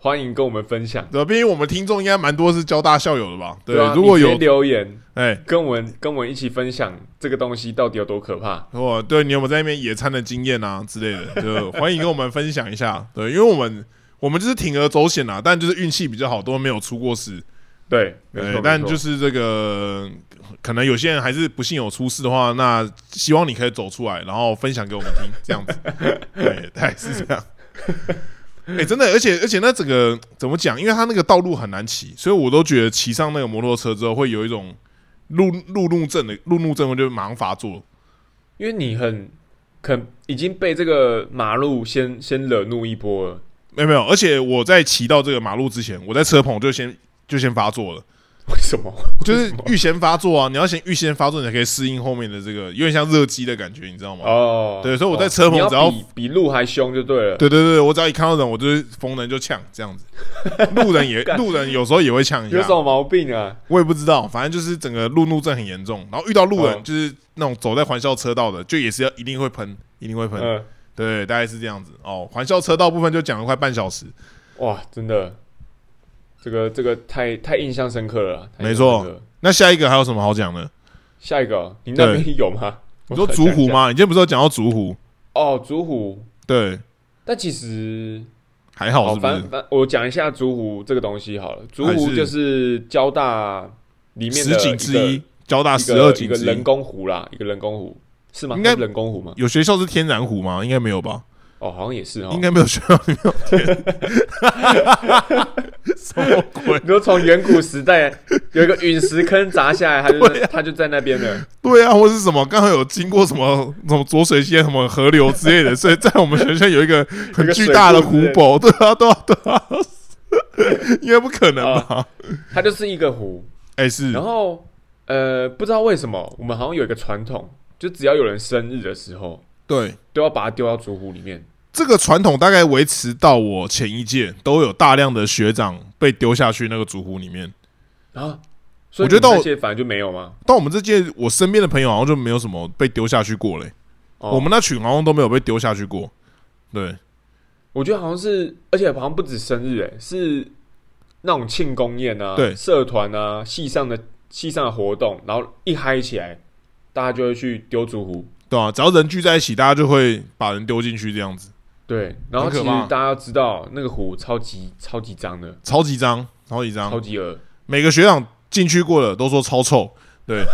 Speaker 1: 欢迎跟我们分享。
Speaker 2: 对，毕竟我们听众应该蛮多是交大校友的吧？对，
Speaker 1: 啊，
Speaker 2: 如果
Speaker 1: 你直
Speaker 2: 有
Speaker 1: 接留言
Speaker 2: 哎、
Speaker 1: 跟我们跟我们一起分享这个东西到底有多可怕，
Speaker 2: 哦，对你有没有在那边野餐的经验啊之类的，就欢迎跟我们分享一下。对，因为我们我们就是铤而走险啊，但就是运气比较好，都没有出过事。
Speaker 1: 对，没
Speaker 2: 对
Speaker 1: 错，，
Speaker 2: 但就是是这个，可能有些人还是不幸有出事的话，那希望你可以走出来，然后分享给我们听，这样子。对，大概是这样。 哎、真的，而且而且那整个怎么讲？因为它那个道路很难骑，所以我都觉得骑上那个摩托车之后，会有一种路路怒症的路怒症，我就马上发作。
Speaker 1: 因为你很肯已经被这个马路先先惹怒一波了。
Speaker 2: 没有没有，而且我在骑到这个马路之前，我在车棚就先就先发作了，
Speaker 1: 为什么？
Speaker 2: 就是预先发作啊！你要先预先发作，你才可以适应后面的这个，有点像热机的感觉，你知道吗？
Speaker 1: 哦，
Speaker 2: 对所以我在
Speaker 1: 哦
Speaker 2: 车棚
Speaker 1: 你
Speaker 2: 只要
Speaker 1: 比比路还凶就对了。
Speaker 2: 对对对，我只要一看到人，我就是逢人就呛这样子，路人 也
Speaker 1: 干
Speaker 2: 路人有时候也会呛一
Speaker 1: 有
Speaker 2: 下
Speaker 1: 什，么毛病啊？
Speaker 2: 我也不知道，反正就是整个路怒症很严重。然后遇到路
Speaker 1: 哦
Speaker 2: 人，就是那种走在环校车道的，就也是要一定会喷，一定会喷。
Speaker 1: 嗯，
Speaker 2: 对，大概是这样子哦。环校车道部分就讲了快半小时，
Speaker 1: 哇，真的，这个这个太太印象深刻了啊。太印
Speaker 2: 没
Speaker 1: 象
Speaker 2: 错
Speaker 1: 深刻了。
Speaker 2: 那下一个还有什么好讲的？
Speaker 1: 下一个哦，你那边有吗？
Speaker 2: 你
Speaker 1: 我
Speaker 2: 说
Speaker 1: 想
Speaker 2: 竹
Speaker 1: 一
Speaker 2: 湖
Speaker 1: 下？
Speaker 2: 吗？你今天不是有讲到竹湖？
Speaker 1: 哦，竹湖。
Speaker 2: 对，
Speaker 1: 但其实，
Speaker 2: 还好
Speaker 1: 哦，
Speaker 2: 是不
Speaker 1: 反
Speaker 2: 是
Speaker 1: 正？反我讲一下竹湖这个东西好了。竹
Speaker 2: 还
Speaker 1: 湖
Speaker 2: 是
Speaker 1: 就是交大里面的
Speaker 2: 十景之
Speaker 1: 一
Speaker 2: 一
Speaker 1: 个，
Speaker 2: 交大
Speaker 1: 一
Speaker 2: 十
Speaker 1: 个
Speaker 2: 二
Speaker 1: 一
Speaker 2: 景
Speaker 1: 个
Speaker 2: 之
Speaker 1: 人
Speaker 2: 一。
Speaker 1: 工湖啦，一个人工湖是吗？
Speaker 2: 应该
Speaker 1: 它是人工湖吗？
Speaker 2: 有学校是天然湖吗？应该没有吧？
Speaker 1: 哦，好像也是哦。
Speaker 2: 应该没有学校里面有天。什么鬼？
Speaker 1: 你说从远古时代有一个陨石坑砸下来，他
Speaker 2: 啊
Speaker 1: 就、他就在那边了。
Speaker 2: 对啊，或是什么？刚好有经过什么什么浊水溪、什么河流之类的，所以在我们学校有一个很巨大的湖泊。对啊，对啊，对啊，应该不可能吧？
Speaker 1: 它就是一个湖。
Speaker 2: 哎，是
Speaker 1: 然后呃，不知道为什么，我们好像有一个传统，就只要有人生日的时候，
Speaker 2: 对。
Speaker 1: 都要把它丢到竹湖里面。
Speaker 2: 这个传统大概维持到我前一届，都有大量的学长被丢下去那个竹湖里面。
Speaker 1: 然后，所以
Speaker 2: 我觉得
Speaker 1: 你们
Speaker 2: 到
Speaker 1: 那些反正就没有吗？
Speaker 2: 到我们这届，我身边的朋友好像就没有什么被丢下去过嘞、
Speaker 1: 哦
Speaker 2: 我们那群好像都没有被丢下去过。对，
Speaker 1: 我觉得好像是，而且好像不止生日、哎，是那种庆功宴啊，
Speaker 2: 对
Speaker 1: 社团啊，系上的系上的活动，然后一嗨起来，大家就会去丢竹湖。
Speaker 2: 对啊，只要人聚在一起，大家就会把人丢进去，这样子，
Speaker 1: 对，然后
Speaker 2: 很
Speaker 1: 其
Speaker 2: 可
Speaker 1: 实
Speaker 2: 怕嗯
Speaker 1: 大家要知道，那个湖超级超级脏的，
Speaker 2: 超级脏，超级
Speaker 1: 超
Speaker 2: 脏。
Speaker 1: 级恶。
Speaker 2: 每个学长进去过的都说超臭， 对，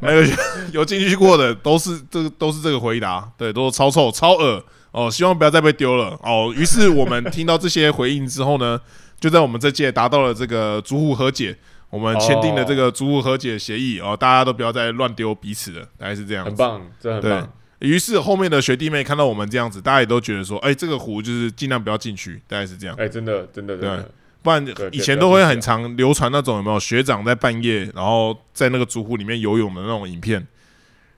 Speaker 2: 每个学有进去过的都是这个都是这个回答，对，都说超臭、超恶哦，希望不要再被丢了哦。于是我们听到这些回应之后呢，就在我们这届达到了这个逐户和解。我们签订了这
Speaker 1: 哦
Speaker 2: 个逐户和解协议哦，大家都不要再乱丢彼此了，大概是这样子。
Speaker 1: 很棒，真的很棒。
Speaker 2: 于是后面的学弟妹看到我们这样子，大家也都觉得说，哎、这个湖就是尽量不要进去，大概是这样。
Speaker 1: 哎、真的，真的，真的，
Speaker 2: 不然
Speaker 1: 对
Speaker 2: 以前都会很常流传那种有没有学长在半夜，然后在那个竹湖里面游泳的那种影片。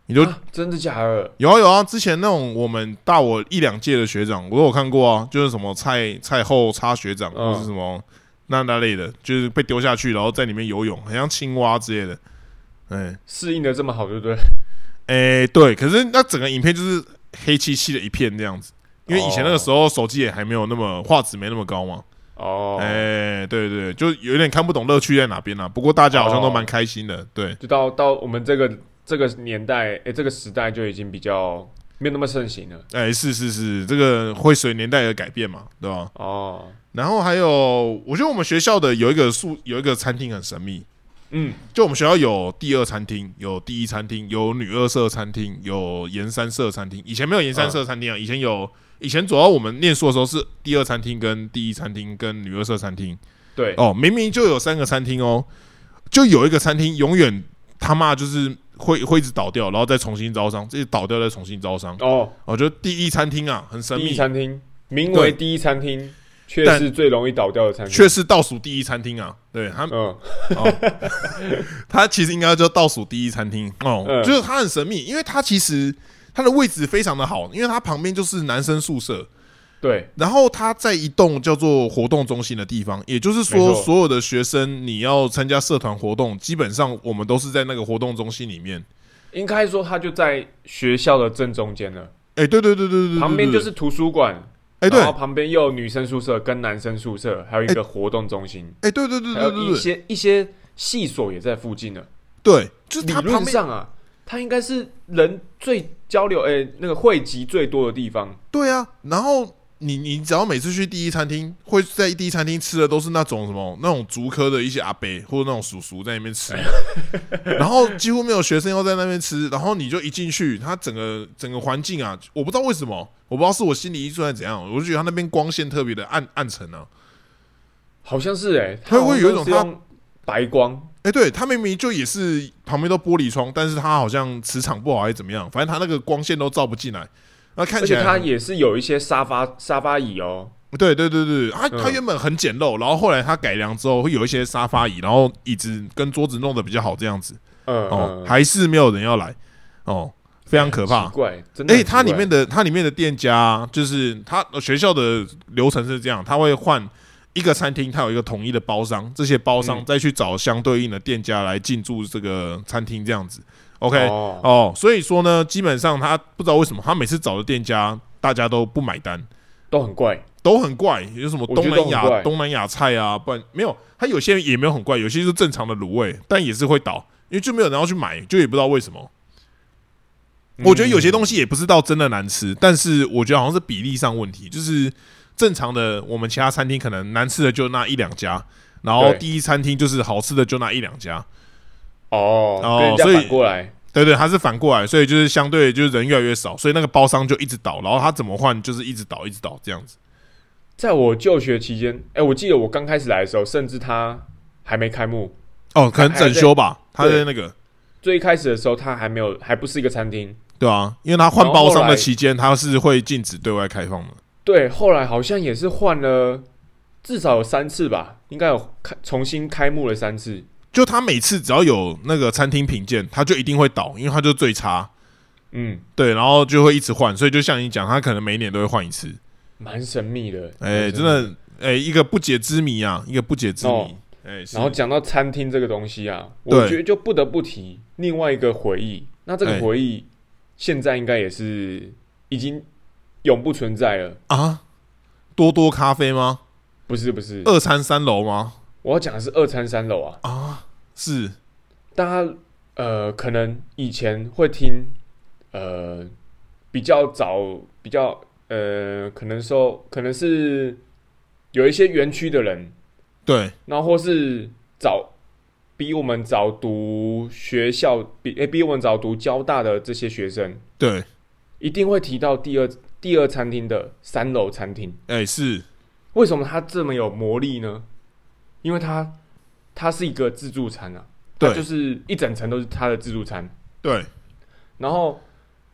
Speaker 2: 你就、
Speaker 1: 啊真的假的？
Speaker 2: 有啊有啊，之前那种我们大我一两届的学长，我都有看过啊，就是什么蔡蔡后差学长，
Speaker 1: 嗯
Speaker 2: 或是什么那那类的，就是被丢下去，然后在里面游泳，很像青蛙之类的。哎、
Speaker 1: 适应的这么好，对不对？
Speaker 2: 哎、对，可是那整个影片就是黑漆漆的一片这样子，因为以前那个时候手机也还没有那么画质没那么高嘛。
Speaker 1: 哦，
Speaker 2: 哎、对对，就有点看不懂乐趣在哪边啊啦、不过大家好像都
Speaker 1: 哦
Speaker 2: 蛮开心的，对，
Speaker 1: 就到到我们这个这个年代，哎、这个时代就已经比较没有那么盛行了。
Speaker 2: 哎、是是是，这个会随年代而改变嘛，对吧？
Speaker 1: 哦，
Speaker 2: 然后还有，我觉得我们学校的有一个宿有一个餐厅很神秘，
Speaker 1: 嗯，
Speaker 2: 就我们学校有第二餐厅，有第一餐厅，有女二社餐厅，有盐三社餐厅。以前没有盐三社餐厅啊，以前有，以前主要我们念书的时候是第二餐厅跟第一餐厅跟女二社餐厅。
Speaker 1: 对，
Speaker 2: 哦，明明就有三个餐厅哦，就有一个餐厅永远他妈就是会会一直倒掉，然后再重新招商，这倒掉再重新招商。
Speaker 1: 哦，
Speaker 2: 我觉得第一餐厅啊很神
Speaker 1: 第一
Speaker 2: 秘，
Speaker 1: 餐厅名为
Speaker 2: 对
Speaker 1: 第一餐厅，却
Speaker 2: 但
Speaker 1: 是最容易倒掉的餐厅。
Speaker 2: 却是倒数第一餐厅啊。对他
Speaker 1: 嗯，
Speaker 2: 它其实应该叫倒数第一餐厅哦，
Speaker 1: 嗯
Speaker 2: 就是它很神秘，因为它其实它的位置非常的好，因为它旁边就是男生宿舍，
Speaker 1: 对，
Speaker 2: 然后它在一栋叫做活动中心的地方，也就是
Speaker 1: 没
Speaker 2: 说，
Speaker 1: 错
Speaker 2: 所有的学生你要参加社团活动，基本上我们都是在那个活动中心里面。
Speaker 1: 应该说它就在学校的正中间了，
Speaker 2: 哎，对对对对对对，
Speaker 1: 旁边
Speaker 2: 对
Speaker 1: 就是图书馆，
Speaker 2: 嗯哎对
Speaker 1: 然后旁边又有女生宿舍跟男生宿舍，还有一个活动中心，
Speaker 2: 哎对对对
Speaker 1: 还有
Speaker 2: 对对
Speaker 1: 一
Speaker 2: 对
Speaker 1: 些一些系所也在附近了。
Speaker 2: 对，就是
Speaker 1: 理
Speaker 2: 它旁
Speaker 1: 论
Speaker 2: 边
Speaker 1: 上啊，它应该是人最交流，诶、那个汇集最多的地方。
Speaker 2: 对啊，然后。你你只要每次去第一餐厅，会在第一餐厅吃的都是那种什么那种竹科的一些阿伯或者那种叔叔在那边吃， 然后几乎没有学生要在那边吃，然后你就一进去，它整个整个环境啊，我不知道为什么，我不知道是我心理因素还是怎样，我就觉得它那边光线特别的暗暗沉啊。
Speaker 1: 好像是哎、欸，
Speaker 2: 它会
Speaker 1: 好像
Speaker 2: 有一
Speaker 1: 都
Speaker 2: 种
Speaker 1: 是用白光，
Speaker 2: 哎、对，它明明就也是旁边都玻璃窗，但是它好像磁场不好还是怎么样，反正它那个光线都照不进来，那看
Speaker 1: 而
Speaker 2: 起
Speaker 1: 且
Speaker 2: 来
Speaker 1: 它
Speaker 2: 很
Speaker 1: 也是有一些沙发沙发椅哦、
Speaker 2: 对对对对，它它
Speaker 1: 嗯
Speaker 2: 原本很简陋，然后后来它改良之后，会有一些沙发椅，然后椅子跟桌子弄得比较好，这样子
Speaker 1: 嗯，
Speaker 2: 哦
Speaker 1: 嗯，
Speaker 2: 还是没有人要来哦，非常可怕
Speaker 1: 奇。怪，真的
Speaker 2: 哎、
Speaker 1: 很奇怪。
Speaker 2: 它里面的它里面的店家啊就是它学校的流程是这样，它会换一个餐厅，它有一个统一的包商，这些包商
Speaker 1: 嗯
Speaker 2: 再去找相对应的店家来进驻这个餐厅，这样子。OK，
Speaker 1: 哦，
Speaker 2: 哦，所以说呢，基本上他不知道为什么，他每次找的店家大家都不买单。
Speaker 1: 都很怪，
Speaker 2: 都很怪，有什么
Speaker 1: 我觉
Speaker 2: 东
Speaker 1: 得都
Speaker 2: 南
Speaker 1: 很怪
Speaker 2: 亚东南亚菜啊，不然没有，它有些也没有很怪，有些就是正常的卤味，但也是会倒，因为就没有人要去买，就也不知道为什么。我觉得有
Speaker 1: 嗯
Speaker 2: 些东西也不是到真的难吃，但是我觉得好像是比例上问题，就是正常的我们其他餐厅可能难吃的就那一两家，然后
Speaker 1: 对
Speaker 2: 第一餐厅就是好吃的就那一两家，
Speaker 1: 哦，
Speaker 2: 哦
Speaker 1: 跟人家
Speaker 2: 所以
Speaker 1: 反过来，
Speaker 2: 对对，它是反过来，所以就是相对就是人越来越少，所以那个包商就一直倒，然后他怎么换就是一直倒一直倒这样子。
Speaker 1: 在我就学期间，哎、我记得我刚开始来的时候，甚至它还没开幕，
Speaker 2: 哦，可能整修吧，他
Speaker 1: 哎对
Speaker 2: 在那个。
Speaker 1: 最一开始的时候，它还没有，还不是一个餐厅。
Speaker 2: 对啊，因为他换
Speaker 1: 然后
Speaker 2: 包
Speaker 1: 后
Speaker 2: 商
Speaker 1: 来
Speaker 2: 的期间，他是会禁止对外开放的。
Speaker 1: 对，后来好像也是换了至少有三次吧，应该有开重新开幕了三次。
Speaker 2: 就他每次只要有那个餐厅评鉴，他就一定会倒，因为他就最差。
Speaker 1: 嗯，
Speaker 2: 对，然后就会一直换，所以就像你讲，他可能每年都会换一次。
Speaker 1: 蛮神秘的。
Speaker 2: 哎、
Speaker 1: 蛮神秘
Speaker 2: 真。的，哎、一个不解之谜啊，一个不解之谜。哎、
Speaker 1: 哦
Speaker 2: 是
Speaker 1: 然后讲到餐厅这个东西啊，
Speaker 2: 对
Speaker 1: 我觉得就不得不提另外一个回忆。那这个
Speaker 2: 哎
Speaker 1: 回忆现在应该也是已经永不存在了。
Speaker 2: 啊，多多咖啡吗？
Speaker 1: 不是不是，
Speaker 2: 二餐三楼吗？
Speaker 1: 我要讲的是二餐三楼啊。
Speaker 2: 啊，是，
Speaker 1: 大家呃，可能以前会听呃比较早、比较呃，可能说可能是有一些园区的人，
Speaker 2: 对，
Speaker 1: 然后或是早比我们早读学校，比、诶比我们早读交大的这些学生，
Speaker 2: 对，
Speaker 1: 一定会提到第二第二餐厅的三楼餐厅。
Speaker 2: 哎、是，
Speaker 1: 为什么它这么有魔力呢？因为它它是一个自助餐啊，它
Speaker 2: 对
Speaker 1: 就是一整层都是它的自助餐。
Speaker 2: 对，
Speaker 1: 然后，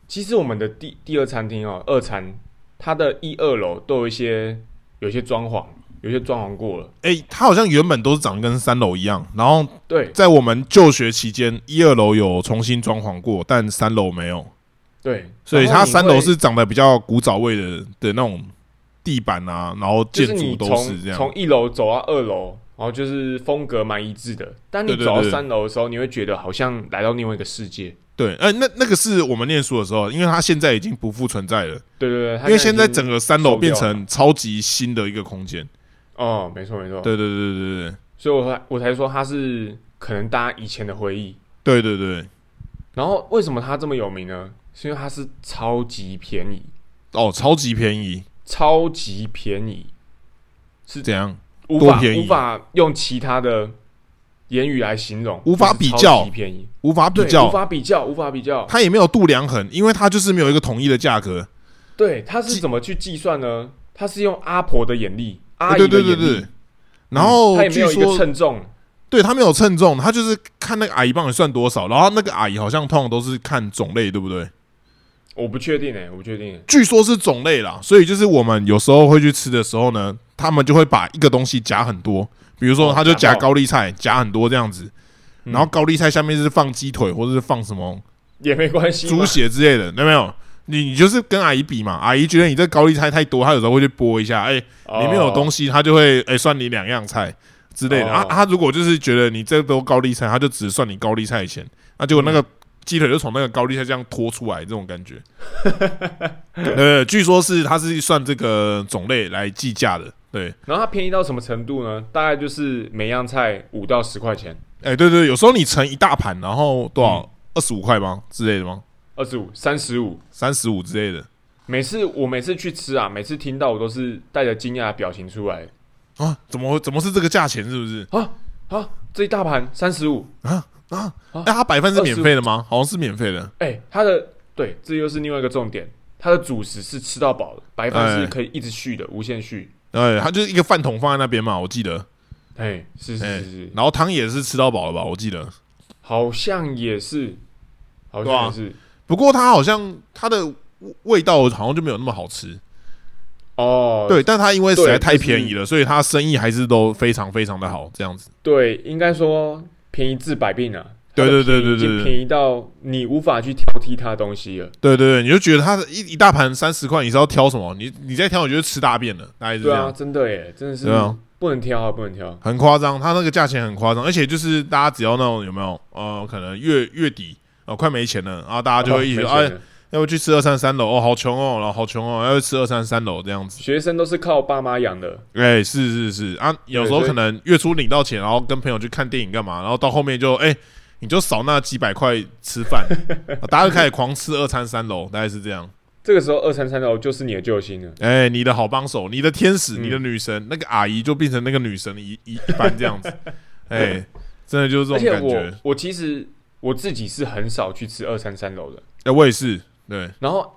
Speaker 1: 其实我们的第第二餐厅哦，二餐它的一二楼都有一些有一些装潢，有一些装潢过了。
Speaker 2: 哎、他好像原本都是长得跟三楼一样，然后
Speaker 1: 对
Speaker 2: 在我们就学期间，一二楼有重新装潢过，但三楼没有，
Speaker 1: 对，
Speaker 2: 所以
Speaker 1: 然后
Speaker 2: 它
Speaker 1: 你
Speaker 2: 三
Speaker 1: 会
Speaker 2: 楼是长得比较古早味的的那种地板啊，然后
Speaker 1: 就
Speaker 2: 建
Speaker 1: 是
Speaker 2: 筑
Speaker 1: 你
Speaker 2: 都是这
Speaker 1: 从
Speaker 2: 样。
Speaker 1: 从一楼走到二楼，然后就是风格蛮一致的。当你
Speaker 2: 对对
Speaker 1: 走到
Speaker 2: 对
Speaker 1: 三楼的时候，你会觉得好像来到另外一个世界。
Speaker 2: 对，呃，那那个是我们念书的时候，因为它现在已经不复存在了，
Speaker 1: 对对对，它
Speaker 2: 因为现在
Speaker 1: 已经
Speaker 2: 整个三楼变
Speaker 1: 收掉
Speaker 2: 成超级新的一个空间。
Speaker 1: 哦，没错没错，
Speaker 2: 对对对对
Speaker 1: 所以我才我才说它是可能大家以前的回忆。
Speaker 2: 对对对对，
Speaker 1: 然后为什么它这么有名呢？是因为它是超级便宜，
Speaker 2: 哦，超级便宜，
Speaker 1: 超级便宜，
Speaker 2: 怎样？
Speaker 1: 无
Speaker 2: 多
Speaker 1: 法
Speaker 2: 便宜
Speaker 1: 无法用其他的言语来形容，
Speaker 2: 无法
Speaker 1: 就是
Speaker 2: 比
Speaker 1: 超
Speaker 2: 较
Speaker 1: 级便宜，
Speaker 2: 无法比
Speaker 1: 对，无
Speaker 2: 较，
Speaker 1: 法比较，无法比较。
Speaker 2: 它也没有度量衡，因为它就是没有一个统一的价格。
Speaker 1: 对，它是怎么去计算呢？它是用阿婆的眼力，阿
Speaker 2: 哎对
Speaker 1: 姨
Speaker 2: 对
Speaker 1: 的
Speaker 2: 对
Speaker 1: 眼
Speaker 2: 对
Speaker 1: 力，。嗯
Speaker 2: 然
Speaker 1: 它
Speaker 2: 后
Speaker 1: 也没
Speaker 2: 据
Speaker 1: 有一个
Speaker 2: 说，
Speaker 1: 称重，
Speaker 2: 对他没有称重，他就是看那个阿姨帮你算多少，然后那个阿姨好像通常都是看种类，对不对？
Speaker 1: 我不确定哎、我不确定欸、
Speaker 2: 据说是种类啦，所以就是我们有时候会去吃的时候呢，他们就会把一个东西夹很多，比如说
Speaker 1: 哦
Speaker 2: 他就夹
Speaker 1: 夹爆
Speaker 2: 高丽菜，夹很多这样子，
Speaker 1: 嗯
Speaker 2: 然后高丽菜下面是放鸡腿或者是放什么
Speaker 1: 也没关系嘛。
Speaker 2: 猪血之类的，有没有？你你就是跟阿姨比嘛，阿姨觉得你这高丽菜太多，她有时候会去拨一下，哎、
Speaker 1: 哦
Speaker 2: 里面有东
Speaker 1: 西
Speaker 2: 西，她就会哎、算你两样菜之类的。
Speaker 1: 哦
Speaker 2: 啊，她如果就是觉得你这都高丽菜，她就只算你高丽菜钱，那结果
Speaker 1: 嗯
Speaker 2: 那个鸡腿就从那个高丽菜这样拖出来，这种感觉。 呃，据说是它是算这个种类来计价的，对。
Speaker 1: 然后它便宜到什么程度呢？大概就是每样菜五到十块钱，
Speaker 2: 哎、对对，有时候你盛一大盘，然后多
Speaker 1: 嗯
Speaker 2: 少二十五块吗之类的吗？
Speaker 1: 二十五、三十五。
Speaker 2: 三十五之类的
Speaker 1: 每次我每次去吃啊，每次听到我都是带着惊讶的表情出来
Speaker 2: 啊？怎么怎么是这个价钱？是不是？
Speaker 1: 啊啊！这一大盘三十五，
Speaker 2: 啊，
Speaker 1: 啊
Speaker 2: 哎、它白饭是免费的吗？好像是免费的。
Speaker 1: 哎，它的对，这又是另外一个重点，它的主食是吃到饱的，白饭
Speaker 2: 哎
Speaker 1: 是可以一直续的，无限续。
Speaker 2: 哎，它就是一个饭桶放在那边嘛，我记得。
Speaker 1: 哎，是是
Speaker 2: 哎
Speaker 1: 是是，
Speaker 2: 然后汤也是吃到饱了吧？我记得。
Speaker 1: 好像也是，好像也是。
Speaker 2: 不过它好像它的味味道好像就没有那么好吃。
Speaker 1: 哦，
Speaker 2: 对，但它因为实在
Speaker 1: 对
Speaker 2: 太
Speaker 1: 就是
Speaker 2: 便宜了，所以它生意还是都非常非常的好，这样子。
Speaker 1: 对，应该说便宜治百病啊。
Speaker 2: 对对对对
Speaker 1: 已经
Speaker 2: 对对
Speaker 1: 便宜到你无法去挑剔它的东西了。
Speaker 2: 对对对，你就觉得它的一一大盘三十块，你是要挑什么？你你再挑，你就吃大便了，大概是
Speaker 1: 对
Speaker 2: 这
Speaker 1: 啊，
Speaker 2: 样。
Speaker 1: 真的耶，真的是
Speaker 2: 对啊
Speaker 1: 不能挑啊，不能挑。
Speaker 2: 很夸张，它那个价钱很夸张，而且就是大家只要那种有没有呃，可能月月底呃快没钱了，然后大家就会一起说，
Speaker 1: 哦没
Speaker 2: 哎
Speaker 1: 钱，了
Speaker 2: 要不去吃二三三楼哦，好穷哦，然后好穷哦，要去吃二三三楼这样子。
Speaker 1: 学生都是靠爸妈养的，
Speaker 2: 哎、是是是啊，有时候
Speaker 1: 所以
Speaker 2: 可能月初领到钱，然后跟朋友去看电影干嘛，然后到后面就哎、你就少那几百块吃 饭，啊大家就开始狂吃二餐三楼，大概是这样。
Speaker 1: 这个时候二三三楼就是你的救星了。
Speaker 2: 哎、你的好帮手，你的天使，
Speaker 1: 嗯
Speaker 2: 你的女神，那个阿姨就变成那个女神一一一般这样 子，哎、真的就是
Speaker 1: 而
Speaker 2: 这种
Speaker 1: 且
Speaker 2: 感觉
Speaker 1: 我。我其实我自己是很少去吃二三三楼的，
Speaker 2: 哎、我也是，对，
Speaker 1: 然后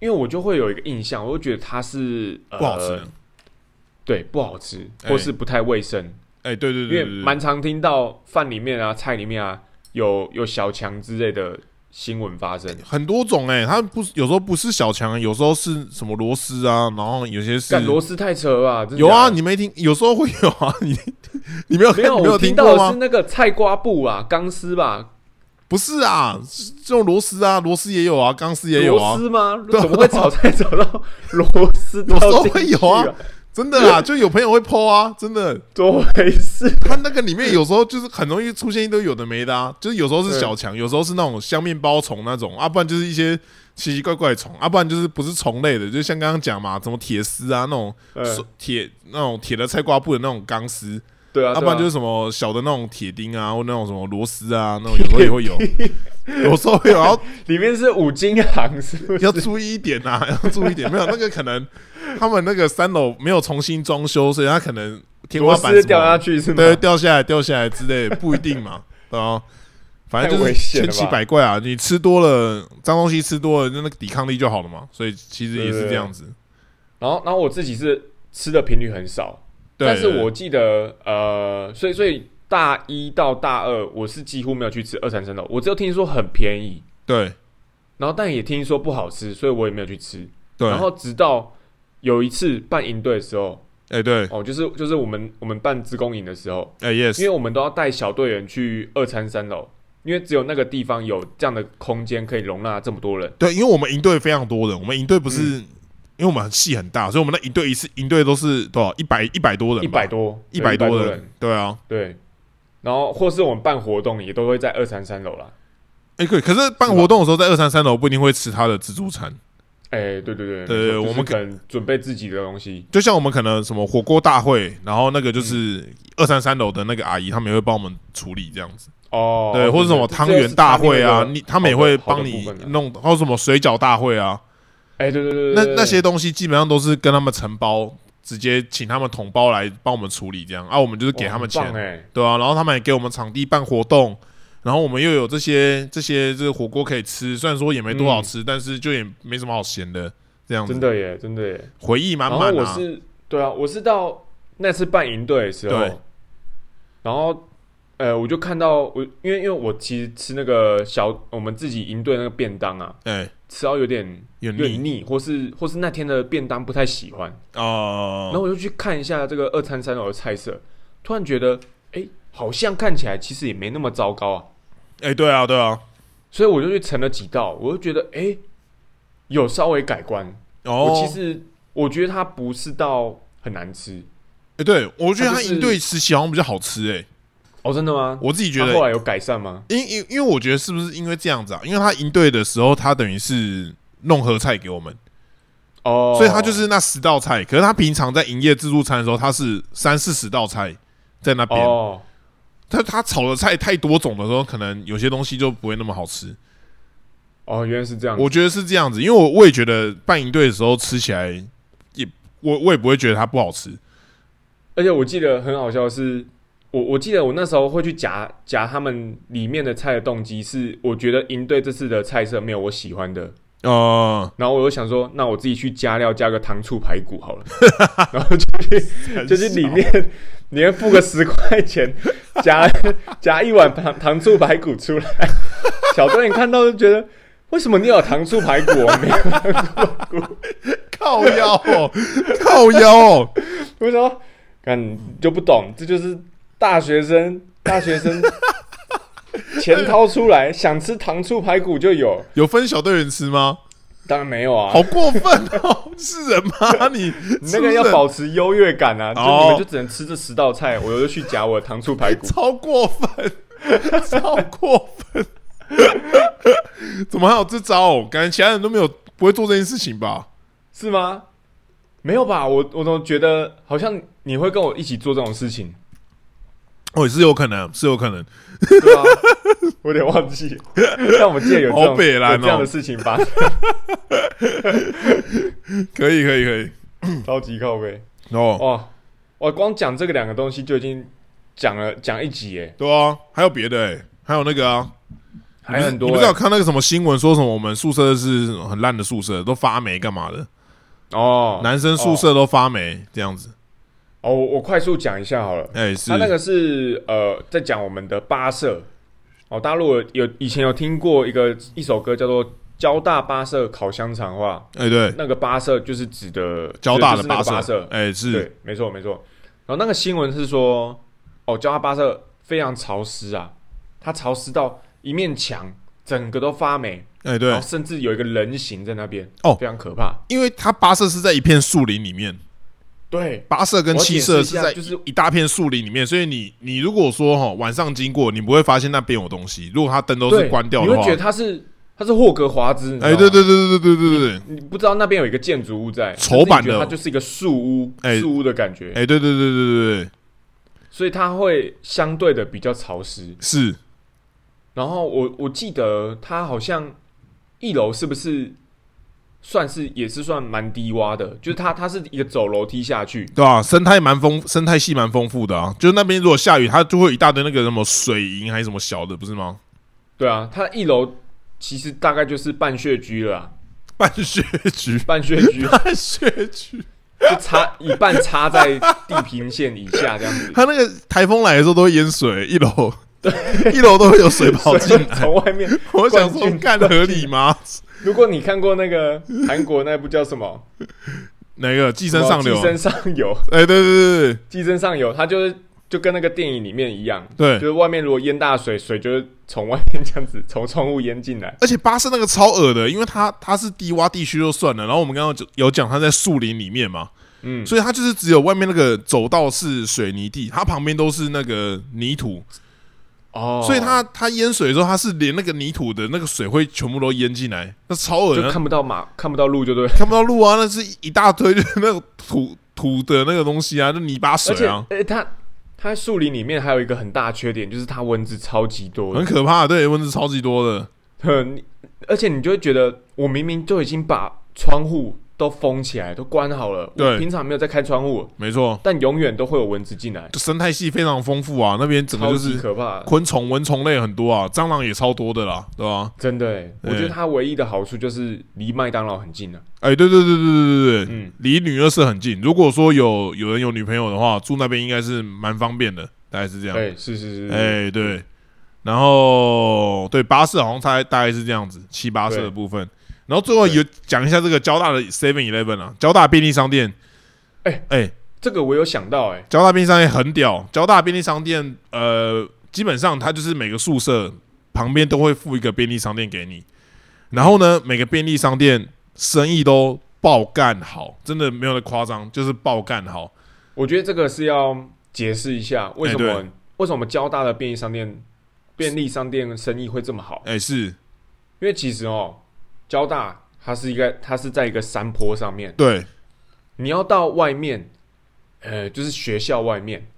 Speaker 1: 因为我就会有一个印象，我就觉得它是、呃、
Speaker 2: 不好吃。
Speaker 1: 对，不好吃，
Speaker 2: 哎
Speaker 1: 或是不太卫生，
Speaker 2: 哎、对对
Speaker 1: 因为
Speaker 2: 对对对，
Speaker 1: 蛮常听到饭里面啊、菜里面啊有有小强之类的新闻发生。
Speaker 2: 很多种哎、它不是有时候不是小强，有时候是什么螺丝啊，然后有些是
Speaker 1: 干螺丝太扯了吧？真的
Speaker 2: 有啊，
Speaker 1: 假的
Speaker 2: 你没听，有时候会有啊， 你你没有
Speaker 1: 没有？
Speaker 2: 你没有
Speaker 1: 我听
Speaker 2: 过
Speaker 1: 到
Speaker 2: 吗
Speaker 1: 的是？那个菜瓜布啊，钢丝吧，
Speaker 2: 不是啊，是这种螺丝啊，螺丝也有啊，钢丝也有
Speaker 1: 螺
Speaker 2: 啊，
Speaker 1: 丝吗？
Speaker 2: 对啊
Speaker 1: 怎么会炒菜炒到 螺丝
Speaker 2: 有
Speaker 1: 掉
Speaker 2: 时候
Speaker 1: 进
Speaker 2: 会
Speaker 1: 去
Speaker 2: 有啊？真的啊，就有朋友会剖啊，真的，
Speaker 1: 怎么回事？
Speaker 2: 它那个里面有时候就是很容易出现一堆有的没的啊，就是有时候是小强，有时候是那种香面包虫那种，啊，不然就是一些奇奇怪怪的虫，啊，不然就是不是虫类的，就像刚刚讲嘛，什么铁丝啊，那种
Speaker 1: 嗯
Speaker 2: 手铁那种铁的菜瓜布的那种钢丝，
Speaker 1: 对啊，
Speaker 2: 要、不然就是是什么小的那种铁钉啊，或那种什么螺丝啊，那种有时候也 会有，有时候会有，然后
Speaker 1: 里面是五金行，是 不是？
Speaker 2: 要注意一点啊， 要注意一点。没有那个可能，他们那个三楼没有重新装修，所以他可能天花
Speaker 1: 螺
Speaker 2: 板什么
Speaker 1: 丝掉下，去是吗？
Speaker 2: 对，掉下来、掉下来之类的，不一 定嘛，对啊。反正
Speaker 1: 太
Speaker 2: 就是
Speaker 1: 危险
Speaker 2: 千
Speaker 1: 了吧
Speaker 2: 奇百怪啊！你吃多了脏东西，吃多了，那那个抵抗力就好了嘛。所以其实也是这样子。
Speaker 1: 然后，然后我自己是吃的频率很少，
Speaker 2: 对，
Speaker 1: 但是
Speaker 2: 对
Speaker 1: 我记得，呃，所以所以大一到大二，我是几乎没有去吃二三层楼，我只有听说很便宜，
Speaker 2: 对
Speaker 1: 然后但也听说不好吃，所以我也没有去吃。
Speaker 2: 对，
Speaker 1: 然后直到有一次办营队的时候，
Speaker 2: 哎对
Speaker 1: 哦，就是就是我们我们办职工营的时候，
Speaker 2: 哎
Speaker 1: 因
Speaker 2: yes，
Speaker 1: 为我们都要带小队员去二餐三楼，因为只有那个地方有这样的空间可以容纳这么多人。
Speaker 2: 对，因为我们营队非常多人，我们营队不是
Speaker 1: 嗯
Speaker 2: 因为我们很戏很大，所以我们那营队一次营队都是多少一百一百多人吧，
Speaker 1: 一百多，
Speaker 2: 一百
Speaker 1: 多
Speaker 2: 多人，，对啊，
Speaker 1: 对。然后或是我们办活动也都会在二三三楼啦。
Speaker 2: 哎、可可是办活动的时候，在二三三楼不一定会吃他的自助餐，
Speaker 1: 哎、对对对，没错
Speaker 2: 对对
Speaker 1: 就是
Speaker 2: 我们可
Speaker 1: 可能准备自己的东西，
Speaker 2: 就像我们可能什么
Speaker 1: 嗯
Speaker 2: 火锅大会，然后那个就是二三三楼的那个阿姨，他们也会帮我们处理这样子。
Speaker 1: 哦，
Speaker 2: 对，或者什么
Speaker 1: 这
Speaker 2: 汤圆大会啊，
Speaker 1: 这
Speaker 2: 你他们也会帮
Speaker 1: 好的
Speaker 2: 你
Speaker 1: 部分啊
Speaker 2: 弄，还有什么水饺大会啊，
Speaker 1: 哎，对对对，对
Speaker 2: 那
Speaker 1: 对
Speaker 2: 那些东西基本上都是跟他们承包，直接请他们统包来帮我们处理这样啊，我们就是给他们
Speaker 1: 哇很
Speaker 2: 钱
Speaker 1: 棒，哎，
Speaker 2: 对啊，然后他们也给我们场地办活动，然后我们又有这些这些这个火锅可以吃，虽然说也没多少吃，但是就也没什么好闲的，这
Speaker 1: 嗯
Speaker 2: 样
Speaker 1: 真
Speaker 2: 子
Speaker 1: 的耶，真的耶。
Speaker 2: 回忆满
Speaker 1: 然后
Speaker 2: 满
Speaker 1: 我
Speaker 2: 啊。
Speaker 1: 是对啊，我是到那次办营队的时候
Speaker 2: 对，
Speaker 1: 然后呃，我就看到我，因为因为我其实吃那个小我们自己营队那个便当啊，
Speaker 2: 哎，
Speaker 1: 吃到有点
Speaker 2: 有
Speaker 1: 有点
Speaker 2: 你
Speaker 1: 腻，或是或是那天的便当不太喜欢，然后
Speaker 2: 哦，
Speaker 1: 我就去看一下这个二餐三楼的菜色，突然觉得哎，好像看起来其实也没那么糟糕啊，
Speaker 2: 哎，对啊，对啊，
Speaker 1: 所以我就去盛了几道，我就觉得哎，有稍微改观，
Speaker 2: 哦，
Speaker 1: 我其实我觉得它不是到很难吃。
Speaker 2: 哎，对我觉得
Speaker 1: 它
Speaker 2: 他
Speaker 1: 就是
Speaker 2: 应对时期好像比较好吃，哎，
Speaker 1: 哦，真的吗？
Speaker 2: 我自己觉
Speaker 1: 他
Speaker 2: 得
Speaker 1: 后来有改善吗？
Speaker 2: 因因因为我觉得是不是因为这样子啊？因为他赢队的时候，他等于是弄合菜给我们，
Speaker 1: 哦，
Speaker 2: 所以他就是那十道菜。可是他平常在营业自助餐的时候，他是三四十道菜在那边。
Speaker 1: 哦，
Speaker 2: 他他炒的菜太多种的时候，可能有些东西就不会那么好吃。
Speaker 1: 哦，原来是这样。
Speaker 2: 我觉得是这样子，因为我我也觉得办营队的时候吃起来也我我也不会觉得它不好吃。
Speaker 1: 而且我记得很好笑的是，我我记得我那时候会去夹夹他们里面的菜的动机是，我觉得营队这次的菜色没有我喜欢的，
Speaker 2: 哦、
Speaker 1: 然后我又想说，那我自己去加料加个糖醋排骨 好了，然后就去就是里面你要付个十块钱夹夹一碗糖糖醋排骨出来，小段你看到就觉得。为什么你有糖醋排骨，我没有？
Speaker 2: 靠腰哦，靠腰哦，
Speaker 1: 我想说，看你就不懂，这就是大学生，大学 生钱掏出来，想吃糖醋排骨就有，
Speaker 2: 有分小队员吃吗？
Speaker 1: 当然没有啊
Speaker 2: 好，过分哦！是人吗？你
Speaker 1: 你那个要
Speaker 2: 是人
Speaker 1: 保持优越感啊，就
Speaker 2: 哦，
Speaker 1: 你们就只能吃这十道菜，我就去夹我的糖醋排骨
Speaker 2: 超过分，超过分！怎么还有这招、感觉其他人都没有不会做这件事情吧？
Speaker 1: 是吗？没有吧？我我总觉得好像你会跟我一起做这种事情，
Speaker 2: 哦，也是有可能，是有可能。
Speaker 1: 对吧、 我有点忘记了，但我记得有这
Speaker 2: 啊好
Speaker 1: 种
Speaker 2: 北蓝哦
Speaker 1: 有这样的事情发生，
Speaker 2: 可以，可以，可以。
Speaker 1: 超级靠背
Speaker 2: 哦，
Speaker 1: 哇！我光讲这个两个东西就已经讲了讲一集耶，
Speaker 2: 对啊，还有别的、欸，还有那个啊，
Speaker 1: 还很多
Speaker 2: 你
Speaker 1: 欸、
Speaker 2: 不知道看那个什么新闻说什么我们宿舍是很烂的宿舍，都发霉干嘛的？
Speaker 1: 哦，
Speaker 2: 男生宿舍都发霉这样子。
Speaker 1: 哦，我我快速讲一下好了。
Speaker 2: 哎、是
Speaker 1: 他那个是呃，在讲我们的八社哦，大陆有有以前有听过一个一首歌叫做交大八社烤香肠话，
Speaker 2: 哎、对，
Speaker 1: 那个八社就是指的
Speaker 2: 交大的
Speaker 1: 就是那个
Speaker 2: 八
Speaker 1: 八
Speaker 2: 社，哎、是
Speaker 1: 对，没错没错。然后那个新闻是说，哦，交大八社非常潮湿啊，它潮湿到一面墙整个都发霉，
Speaker 2: 哎、
Speaker 1: 然
Speaker 2: 对
Speaker 1: 后，甚至有一个人形在那边，
Speaker 2: 哦
Speaker 1: 非常可怕。
Speaker 2: 因为它八社是在一片树林里面，
Speaker 1: 对，
Speaker 2: 八社跟七
Speaker 1: 我
Speaker 2: 社
Speaker 1: 要解释
Speaker 2: 是
Speaker 1: 一下
Speaker 2: 在
Speaker 1: 就是
Speaker 2: 一大片树林里面，所以你你如果说哈晚上经过，你不会发现那边有东西。如果它灯都是
Speaker 1: 对，
Speaker 2: 关掉
Speaker 1: 你
Speaker 2: 的
Speaker 1: 会
Speaker 2: 话
Speaker 1: 觉，得它是它是霍格华兹，你知道
Speaker 2: 哎，
Speaker 1: 吗
Speaker 2: 对对对对对对对对，
Speaker 1: 你不知道那边有一个建筑物在，
Speaker 2: 丑版
Speaker 1: 但是
Speaker 2: 的
Speaker 1: 你觉得它就是一个树屋，
Speaker 2: 哎
Speaker 1: 树屋的感觉，
Speaker 2: 哎，对对对对对对，
Speaker 1: 所以它会相对的比较潮湿。
Speaker 2: 是
Speaker 1: 然后我我记得它好像一楼是不是算是也是算蛮低洼的，就是它它是一个走楼梯下去，
Speaker 2: 对吧？生态蛮丰，生态系蛮丰富的啊。就是那边如果下雨，它就会有一大堆那个什么水银还是什么小的，不 是吗？
Speaker 1: 对啊，它一楼其实大概就是半穴居了啊，
Speaker 2: 半穴居，
Speaker 1: 半穴 居
Speaker 2: 半穴居。
Speaker 1: 就插一半插在地平线以下这样 子，
Speaker 2: 它那个台风来的时候都会淹水，一楼一楼都会有水跑进
Speaker 1: 所以
Speaker 2: 来。
Speaker 1: 从外面
Speaker 2: 我想说
Speaker 1: 灌，进
Speaker 2: 看合理吗？
Speaker 1: 如果你看过那 个韩国那部叫什么
Speaker 2: 哪个寄
Speaker 1: 《
Speaker 2: 生上流？
Speaker 1: 寄生上游》，
Speaker 2: 哎、对对对对
Speaker 1: 《寄生上游》，它就是就跟那个电影里面一样，
Speaker 2: 对
Speaker 1: 就，是外面如果淹大水，水就是从外面这样子 从窗户淹进来。
Speaker 2: 而且巴士那个超恶的，因为它它是低洼地区就算了，然后我们刚刚就有讲它在树林里面嘛，
Speaker 1: 嗯，
Speaker 2: 所以它就是只有外面那个走道是水泥地，它旁边都是那个泥土，
Speaker 1: 哦
Speaker 2: 所以它它淹水的时候，它是连那个泥土的那个水会全部都淹进来，那超恶
Speaker 1: 就
Speaker 2: 的，
Speaker 1: 看不到马，看不到路，就对了。
Speaker 2: 看不到路啊，那是一大堆就是那个土土的那个东西啊，就泥巴
Speaker 1: 而
Speaker 2: 水
Speaker 1: 且
Speaker 2: 啊，，
Speaker 1: 呃，它它树林里面还有一个很大的缺点，就是它蚊子超级多的
Speaker 2: 很，可怕，对，蚊子超级多的。
Speaker 1: 很， 你而且你就会觉得，我明明就已经把窗户都封起来，都关好了，
Speaker 2: 对
Speaker 1: 我平常没有在开窗户，
Speaker 2: 没错，
Speaker 1: 但永远都会有蚊子进来，
Speaker 2: 就生态系非常丰富啊，那边整个
Speaker 1: 超
Speaker 2: 就
Speaker 1: 级
Speaker 2: 是
Speaker 1: 可怕，
Speaker 2: 昆虫、蚊虫类很多啊，蟑螂也超多的啦，对吧、
Speaker 1: 真的欸。我
Speaker 2: 对
Speaker 1: 觉得它唯一的好处就是离麦当劳很近啊了，
Speaker 2: 哎、对对对对对对对，
Speaker 1: 嗯，
Speaker 2: 离女二社很近。如果说有有人有女朋友的话，住那边应该是蛮方便的，大概是这样。
Speaker 1: 对，是是是，
Speaker 2: 嗯哎、对，然后对巴士好像大大概是这样子，七八社的部分。然后最后有讲一下这个交大的 Seven Eleven 啊，交大便利商店。
Speaker 1: 哎
Speaker 2: 哎、
Speaker 1: 这个我有想到，哎，
Speaker 2: 交大便利商店很屌，交大便利商店呃，基本上它就是每个宿舍旁边都会附一个便利商店给你，然后呢，每个便利商店生意都爆干好，真的没有那夸张，就是爆干好。
Speaker 1: 我觉得这个是要解释一下为什
Speaker 2: 哎
Speaker 1: 么
Speaker 2: 对
Speaker 1: 为什么交大的便利商店便利商店生意会这么好，
Speaker 2: 哎、是
Speaker 1: 因为其实哦，交大它是一个它是在一个山坡上面。
Speaker 2: 对，
Speaker 1: 你要到外面，呃，就是学校外面，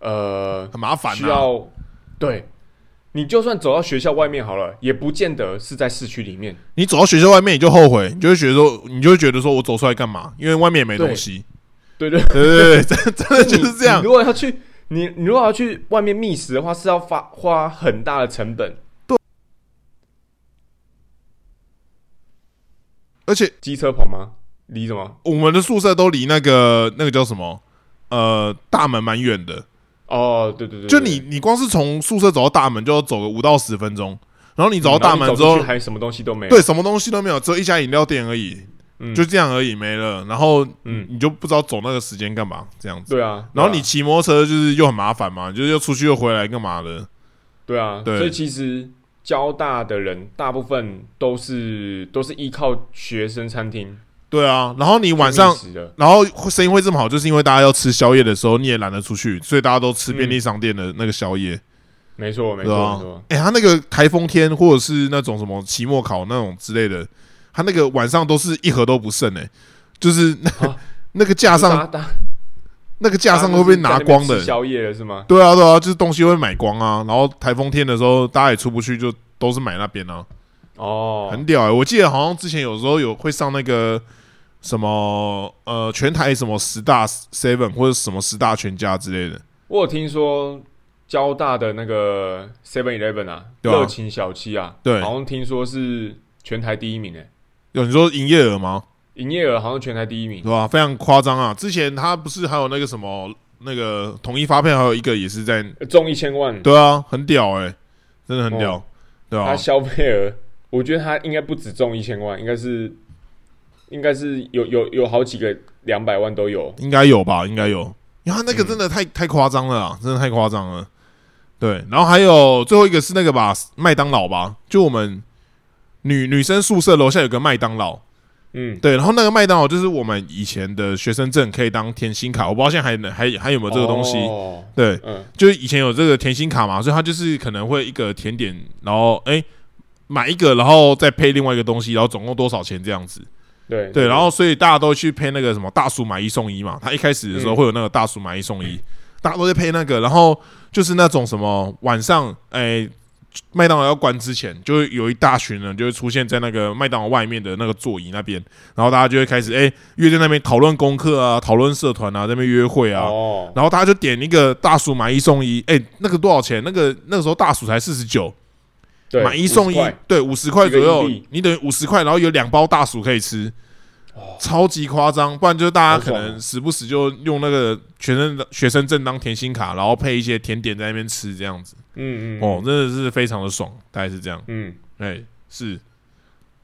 Speaker 1: 呃，
Speaker 2: 很麻烦、啊，
Speaker 1: 需要对，你就算走到学校外面好了，也不见得是在市区里面。
Speaker 2: 你走到学校外面，你就后悔，你就会觉得说，你就会觉得说我走出来干嘛？因为外面也没东西。
Speaker 1: 对对，
Speaker 2: 对 对对， 真真的就是这
Speaker 1: 你
Speaker 2: 样
Speaker 1: 你。如果要去，你你如果要去外面觅食的话，是要花花很大的成本。
Speaker 2: 而且
Speaker 1: 机车棚吗？离什么？
Speaker 2: 我们的宿舍都离那个那个叫什么呃大门蛮远的，
Speaker 1: 哦，对对对，
Speaker 2: 就
Speaker 1: 对
Speaker 2: 你你光是从宿舍走到大门就要走个五到十分钟，然后你走到大
Speaker 1: 嗯然后你走
Speaker 2: 门之
Speaker 1: 出
Speaker 2: 后
Speaker 1: 去，还什么东西都没有。
Speaker 2: 对，什么东西都没有，只有一家饮料店而已，
Speaker 1: 嗯
Speaker 2: 就这样而已没了。然后
Speaker 1: 嗯
Speaker 2: 你就不知道走那个时间干嘛这样子。
Speaker 1: 对啊，
Speaker 2: 然后你
Speaker 1: 对啊
Speaker 2: 骑摩托车就是又很麻烦嘛，就是又出去又回来干嘛的？
Speaker 1: 对啊，
Speaker 2: 对
Speaker 1: 所以其实交大的人大部分都是都是依靠学生餐厅
Speaker 2: 对啊，然后你晚上
Speaker 1: 去觅食的。
Speaker 2: 然后生意会这么好，就是因为大家要吃宵夜的时候，你也懒得出去，所以大家都吃便利商店的那个宵夜。
Speaker 1: 没错，没
Speaker 2: 对
Speaker 1: 错，
Speaker 2: 啊
Speaker 1: 没错。
Speaker 2: 哎、他那个台风天或者是那种什么期末考那种之类的，他那个晚上都是一盒都不剩哎、就是那、
Speaker 1: 啊
Speaker 2: 那个架上
Speaker 1: 搭搭
Speaker 2: 那个架上会被拿光
Speaker 1: 就是在那边
Speaker 2: 的
Speaker 1: 吃。宵夜了是吗？
Speaker 2: 对啊，对啊，就是东西会买光啊。然后台风天的时候，大家也出不去，就都是买那边啊，
Speaker 1: 哦，
Speaker 2: 很屌哎、我记得好像之前有时候有会上那个什么呃全台什么十大 seven 或者什么十大全家之类的。
Speaker 1: 我有听说交大的那个 Seven Eleven 啊，
Speaker 2: 对啊
Speaker 1: 热情小七啊，
Speaker 2: 对
Speaker 1: 好像听说是全台第一名诶，欸
Speaker 2: 有你说营业额吗？
Speaker 1: 营业额好像全台第一名
Speaker 2: 对。吧、非常夸张啊！之前他不是还有那个什么那个统一发票，还有一个也是在
Speaker 1: 呃中一千万，
Speaker 2: 对啊，很屌哎、真的很屌，对吧、
Speaker 1: 他消费额，我觉得他应该不止中一千万，应该是应该是有有有好几个两百万都有。
Speaker 2: 应该有吧？应该有，因为他那个真的太、太夸张了啊，真的太夸张了。对，然后还有最后一个是那个吧，麦当劳吧，就我们女女生宿舍楼下有个麦当劳，
Speaker 1: 嗯，
Speaker 2: 对，然后那个麦当劳就是我们以前的学生证可以当甜心卡，我不知道现在还能还还有没有这个东西，
Speaker 1: 哦
Speaker 2: 对，
Speaker 1: 嗯，
Speaker 2: 就是以前有这个甜心卡嘛，所以它就是可能会一个甜点，然后哎、买一个，然后再配另外一个东西，然后总共多少钱这样子。
Speaker 1: 对
Speaker 2: 对，然后所以大家都去配那个什么大叔买一送一嘛，他一开始的时候
Speaker 1: 嗯
Speaker 2: 会有那个大叔买一送一，大家都在配那个，然后就是那种什么晚上哎。麦当劳要关之前，就会有一大群人就会出现在那个麦当劳外面的那个座椅那边，然后大家就会开始哎、约在那边讨论功课啊，讨论社团啊，在那边约会啊，
Speaker 1: 哦，
Speaker 2: 然后大家就点一个大薯买一送一，哎、那个多少钱？那个那个时候大薯才四十九，
Speaker 1: 对，
Speaker 2: 买一送一
Speaker 1: 50块，
Speaker 2: 对，五十块
Speaker 1: 一个
Speaker 2: 左
Speaker 1: 硬
Speaker 2: 右
Speaker 1: 币，
Speaker 2: 你等于五十块，然后有两包大薯可以吃，超级夸张。不然就是大家
Speaker 1: 哦好
Speaker 2: 可
Speaker 1: 爽啊
Speaker 2: 能时不时就用那个学生学生证当甜心卡，然后配一些甜点在那边吃，这样子，
Speaker 1: 嗯嗯，
Speaker 2: 哦，真的是非常的爽，大概是这样。
Speaker 1: 嗯，
Speaker 2: 哎、是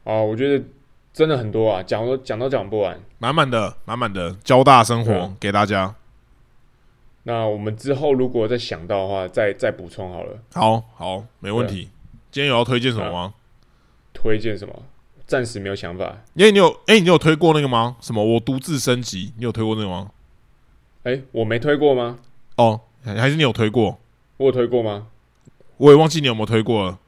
Speaker 1: 哦，我觉得真的很多啊，讲都讲都讲不完。
Speaker 2: 满满的满满的交大生活、
Speaker 1: 嗯
Speaker 2: 给大家。
Speaker 1: 那我们之后如果再想到的话，再再补充好了。
Speaker 2: 好好，没问
Speaker 1: 啊
Speaker 2: 题。今天有要推荐什么吗？
Speaker 1: 推荐什么？暂时没有想法。
Speaker 2: 因为你有，哎、你有推过那个吗？什么？我独自升级，你有推过那个吗？
Speaker 1: 哎、我没推过吗？
Speaker 2: 哦，还是你有推过？
Speaker 1: 我有推过吗？
Speaker 2: 我也忘记你有没有推过了。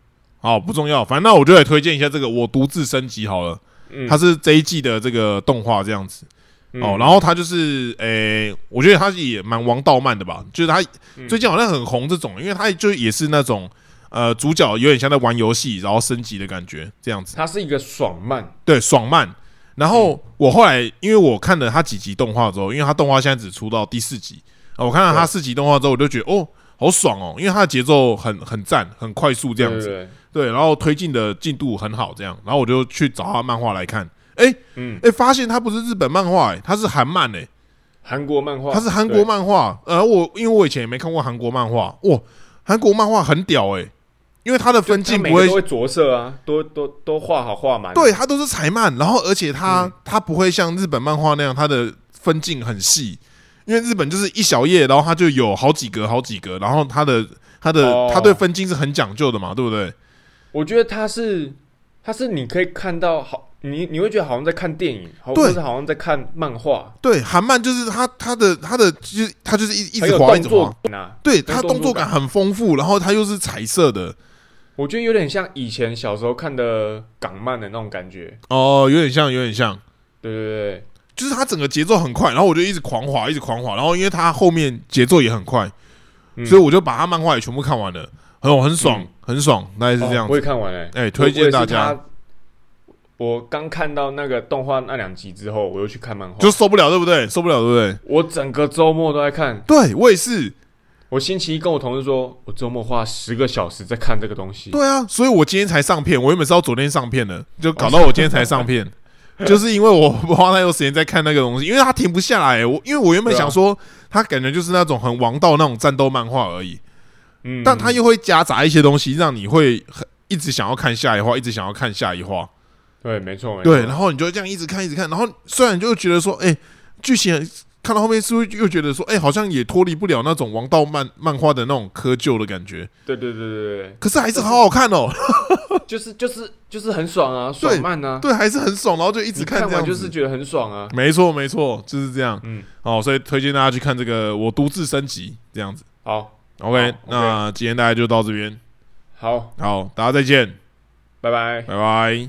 Speaker 2: 好，不重要，反正那我就来推荐一下这个《我独自升级》好了，
Speaker 1: 嗯
Speaker 2: 它是这一季的这个动画这样子。
Speaker 1: 嗯
Speaker 2: 哦，然后他就是，诶、我觉得他也蛮王道漫的吧，就是他
Speaker 1: 嗯
Speaker 2: 最近好像很红这种，因为他就也是那种，呃，主角有点像在玩游戏，然后升级的感觉这样子，
Speaker 1: 它是一个爽漫，
Speaker 2: 对，爽漫。然后我后来因为我看了他几集动画之后，因为他动画现在只出到第四集，啊我看了他四集动画之后，我就觉得哦，好爽哦，因为他的节奏很很赞，很快速这样子，
Speaker 1: 对对对
Speaker 2: 对，然后推进的进度很好，这样，然后我就去找他漫画来看，哎，
Speaker 1: 嗯，
Speaker 2: 哎，发现他不是日本漫画，哎，他是韩漫，哎，
Speaker 1: 韩国漫画，
Speaker 2: 他是韩国漫画，呃，我因为我以前也没看过韩国漫画，哇，韩国漫画很屌，哎，因为他的分
Speaker 1: 对，它
Speaker 2: 镜
Speaker 1: 每
Speaker 2: 不
Speaker 1: 个
Speaker 2: 会
Speaker 1: 都会着色啊，都都都画好画满，
Speaker 2: 对，它都是裁漫，然后而且它、
Speaker 1: 嗯
Speaker 2: 它不会像日本漫画那样，它的分镜很细，因为日本就是一小页，然后它就有好几格好几格，然后它的它的、
Speaker 1: 哦
Speaker 2: 它对分镜是很讲究的嘛，对不对？
Speaker 1: 我觉得它是，它是你可以看到好，你你会觉得好像在看电影，好，
Speaker 2: 对
Speaker 1: 或者好像在看漫画，
Speaker 2: 对，韩漫就是它它的它的就是它就是一一
Speaker 1: 很
Speaker 2: 直
Speaker 1: 有
Speaker 2: 滑
Speaker 1: 动
Speaker 2: 一直滑
Speaker 1: 作，感啊。
Speaker 2: 对，
Speaker 1: 很有
Speaker 2: 它
Speaker 1: 动
Speaker 2: 动作
Speaker 1: 作
Speaker 2: 感很丰富，然后它又是彩色的，
Speaker 1: 我觉得有点像以前小时候看的港漫的那种感觉。
Speaker 2: 哦、有点像有点像，
Speaker 1: 对对
Speaker 2: 就是它整个节奏很快，然后我就一直狂滑一直狂滑，然后因为它后面节奏也很快，
Speaker 1: 嗯
Speaker 2: 所以我就把它漫画也全部看完了。很很爽，很爽，大概是
Speaker 1: 对，
Speaker 2: 这样
Speaker 1: 哦
Speaker 2: 子。
Speaker 1: 我也看完了、
Speaker 2: 哎推荐大家
Speaker 1: 我也是它。我刚看到那个动画那两集之后，我又去看漫画，
Speaker 2: 就受不了，对不对？受不了，对不
Speaker 1: 我整个周末都在看。
Speaker 2: 对？对我也是，
Speaker 1: 我星期一跟我同事说，我周末花十个小时在看这个东西。
Speaker 2: 对啊，所以我今天才上片，我原本是要昨天上片的，就搞到我今天才 上片，就是因为我花太多时间在看那个东西，因为它停不下来。我因为我原本
Speaker 1: 对啊
Speaker 2: 想说，它感觉就是那种很王道那种战斗漫画而已，
Speaker 1: 嗯，
Speaker 2: 但它又会夹杂一些东西，让你会很一直想要看下一话，一直想要看下一话。
Speaker 1: 对，没错，没错
Speaker 2: 对，然后你就这样一直看，一直看，然后虽然就觉得说，哎、剧情看到后面是不是又觉得说，哎、好像也脱离不了那种王道漫漫画的那种窠臼的感觉，
Speaker 1: 对对对对对
Speaker 2: 可是还是好好 看哦，
Speaker 1: 对，就是就是就是很爽啊，爽漫啊，
Speaker 2: 对，还是很爽，然后就一直
Speaker 1: 你
Speaker 2: 看这样
Speaker 1: 完
Speaker 2: 子
Speaker 1: 就是觉得很爽啊。
Speaker 2: 没错，没错，就是这样。
Speaker 1: 嗯，
Speaker 2: 哦，所以推荐大家去看这个《我独自升级》这样子。
Speaker 1: 好，
Speaker 2: OK，
Speaker 1: 好
Speaker 2: 那今天大家就到这边，
Speaker 1: 好，
Speaker 2: 好，大家再见，
Speaker 1: 拜拜。
Speaker 2: 拜拜。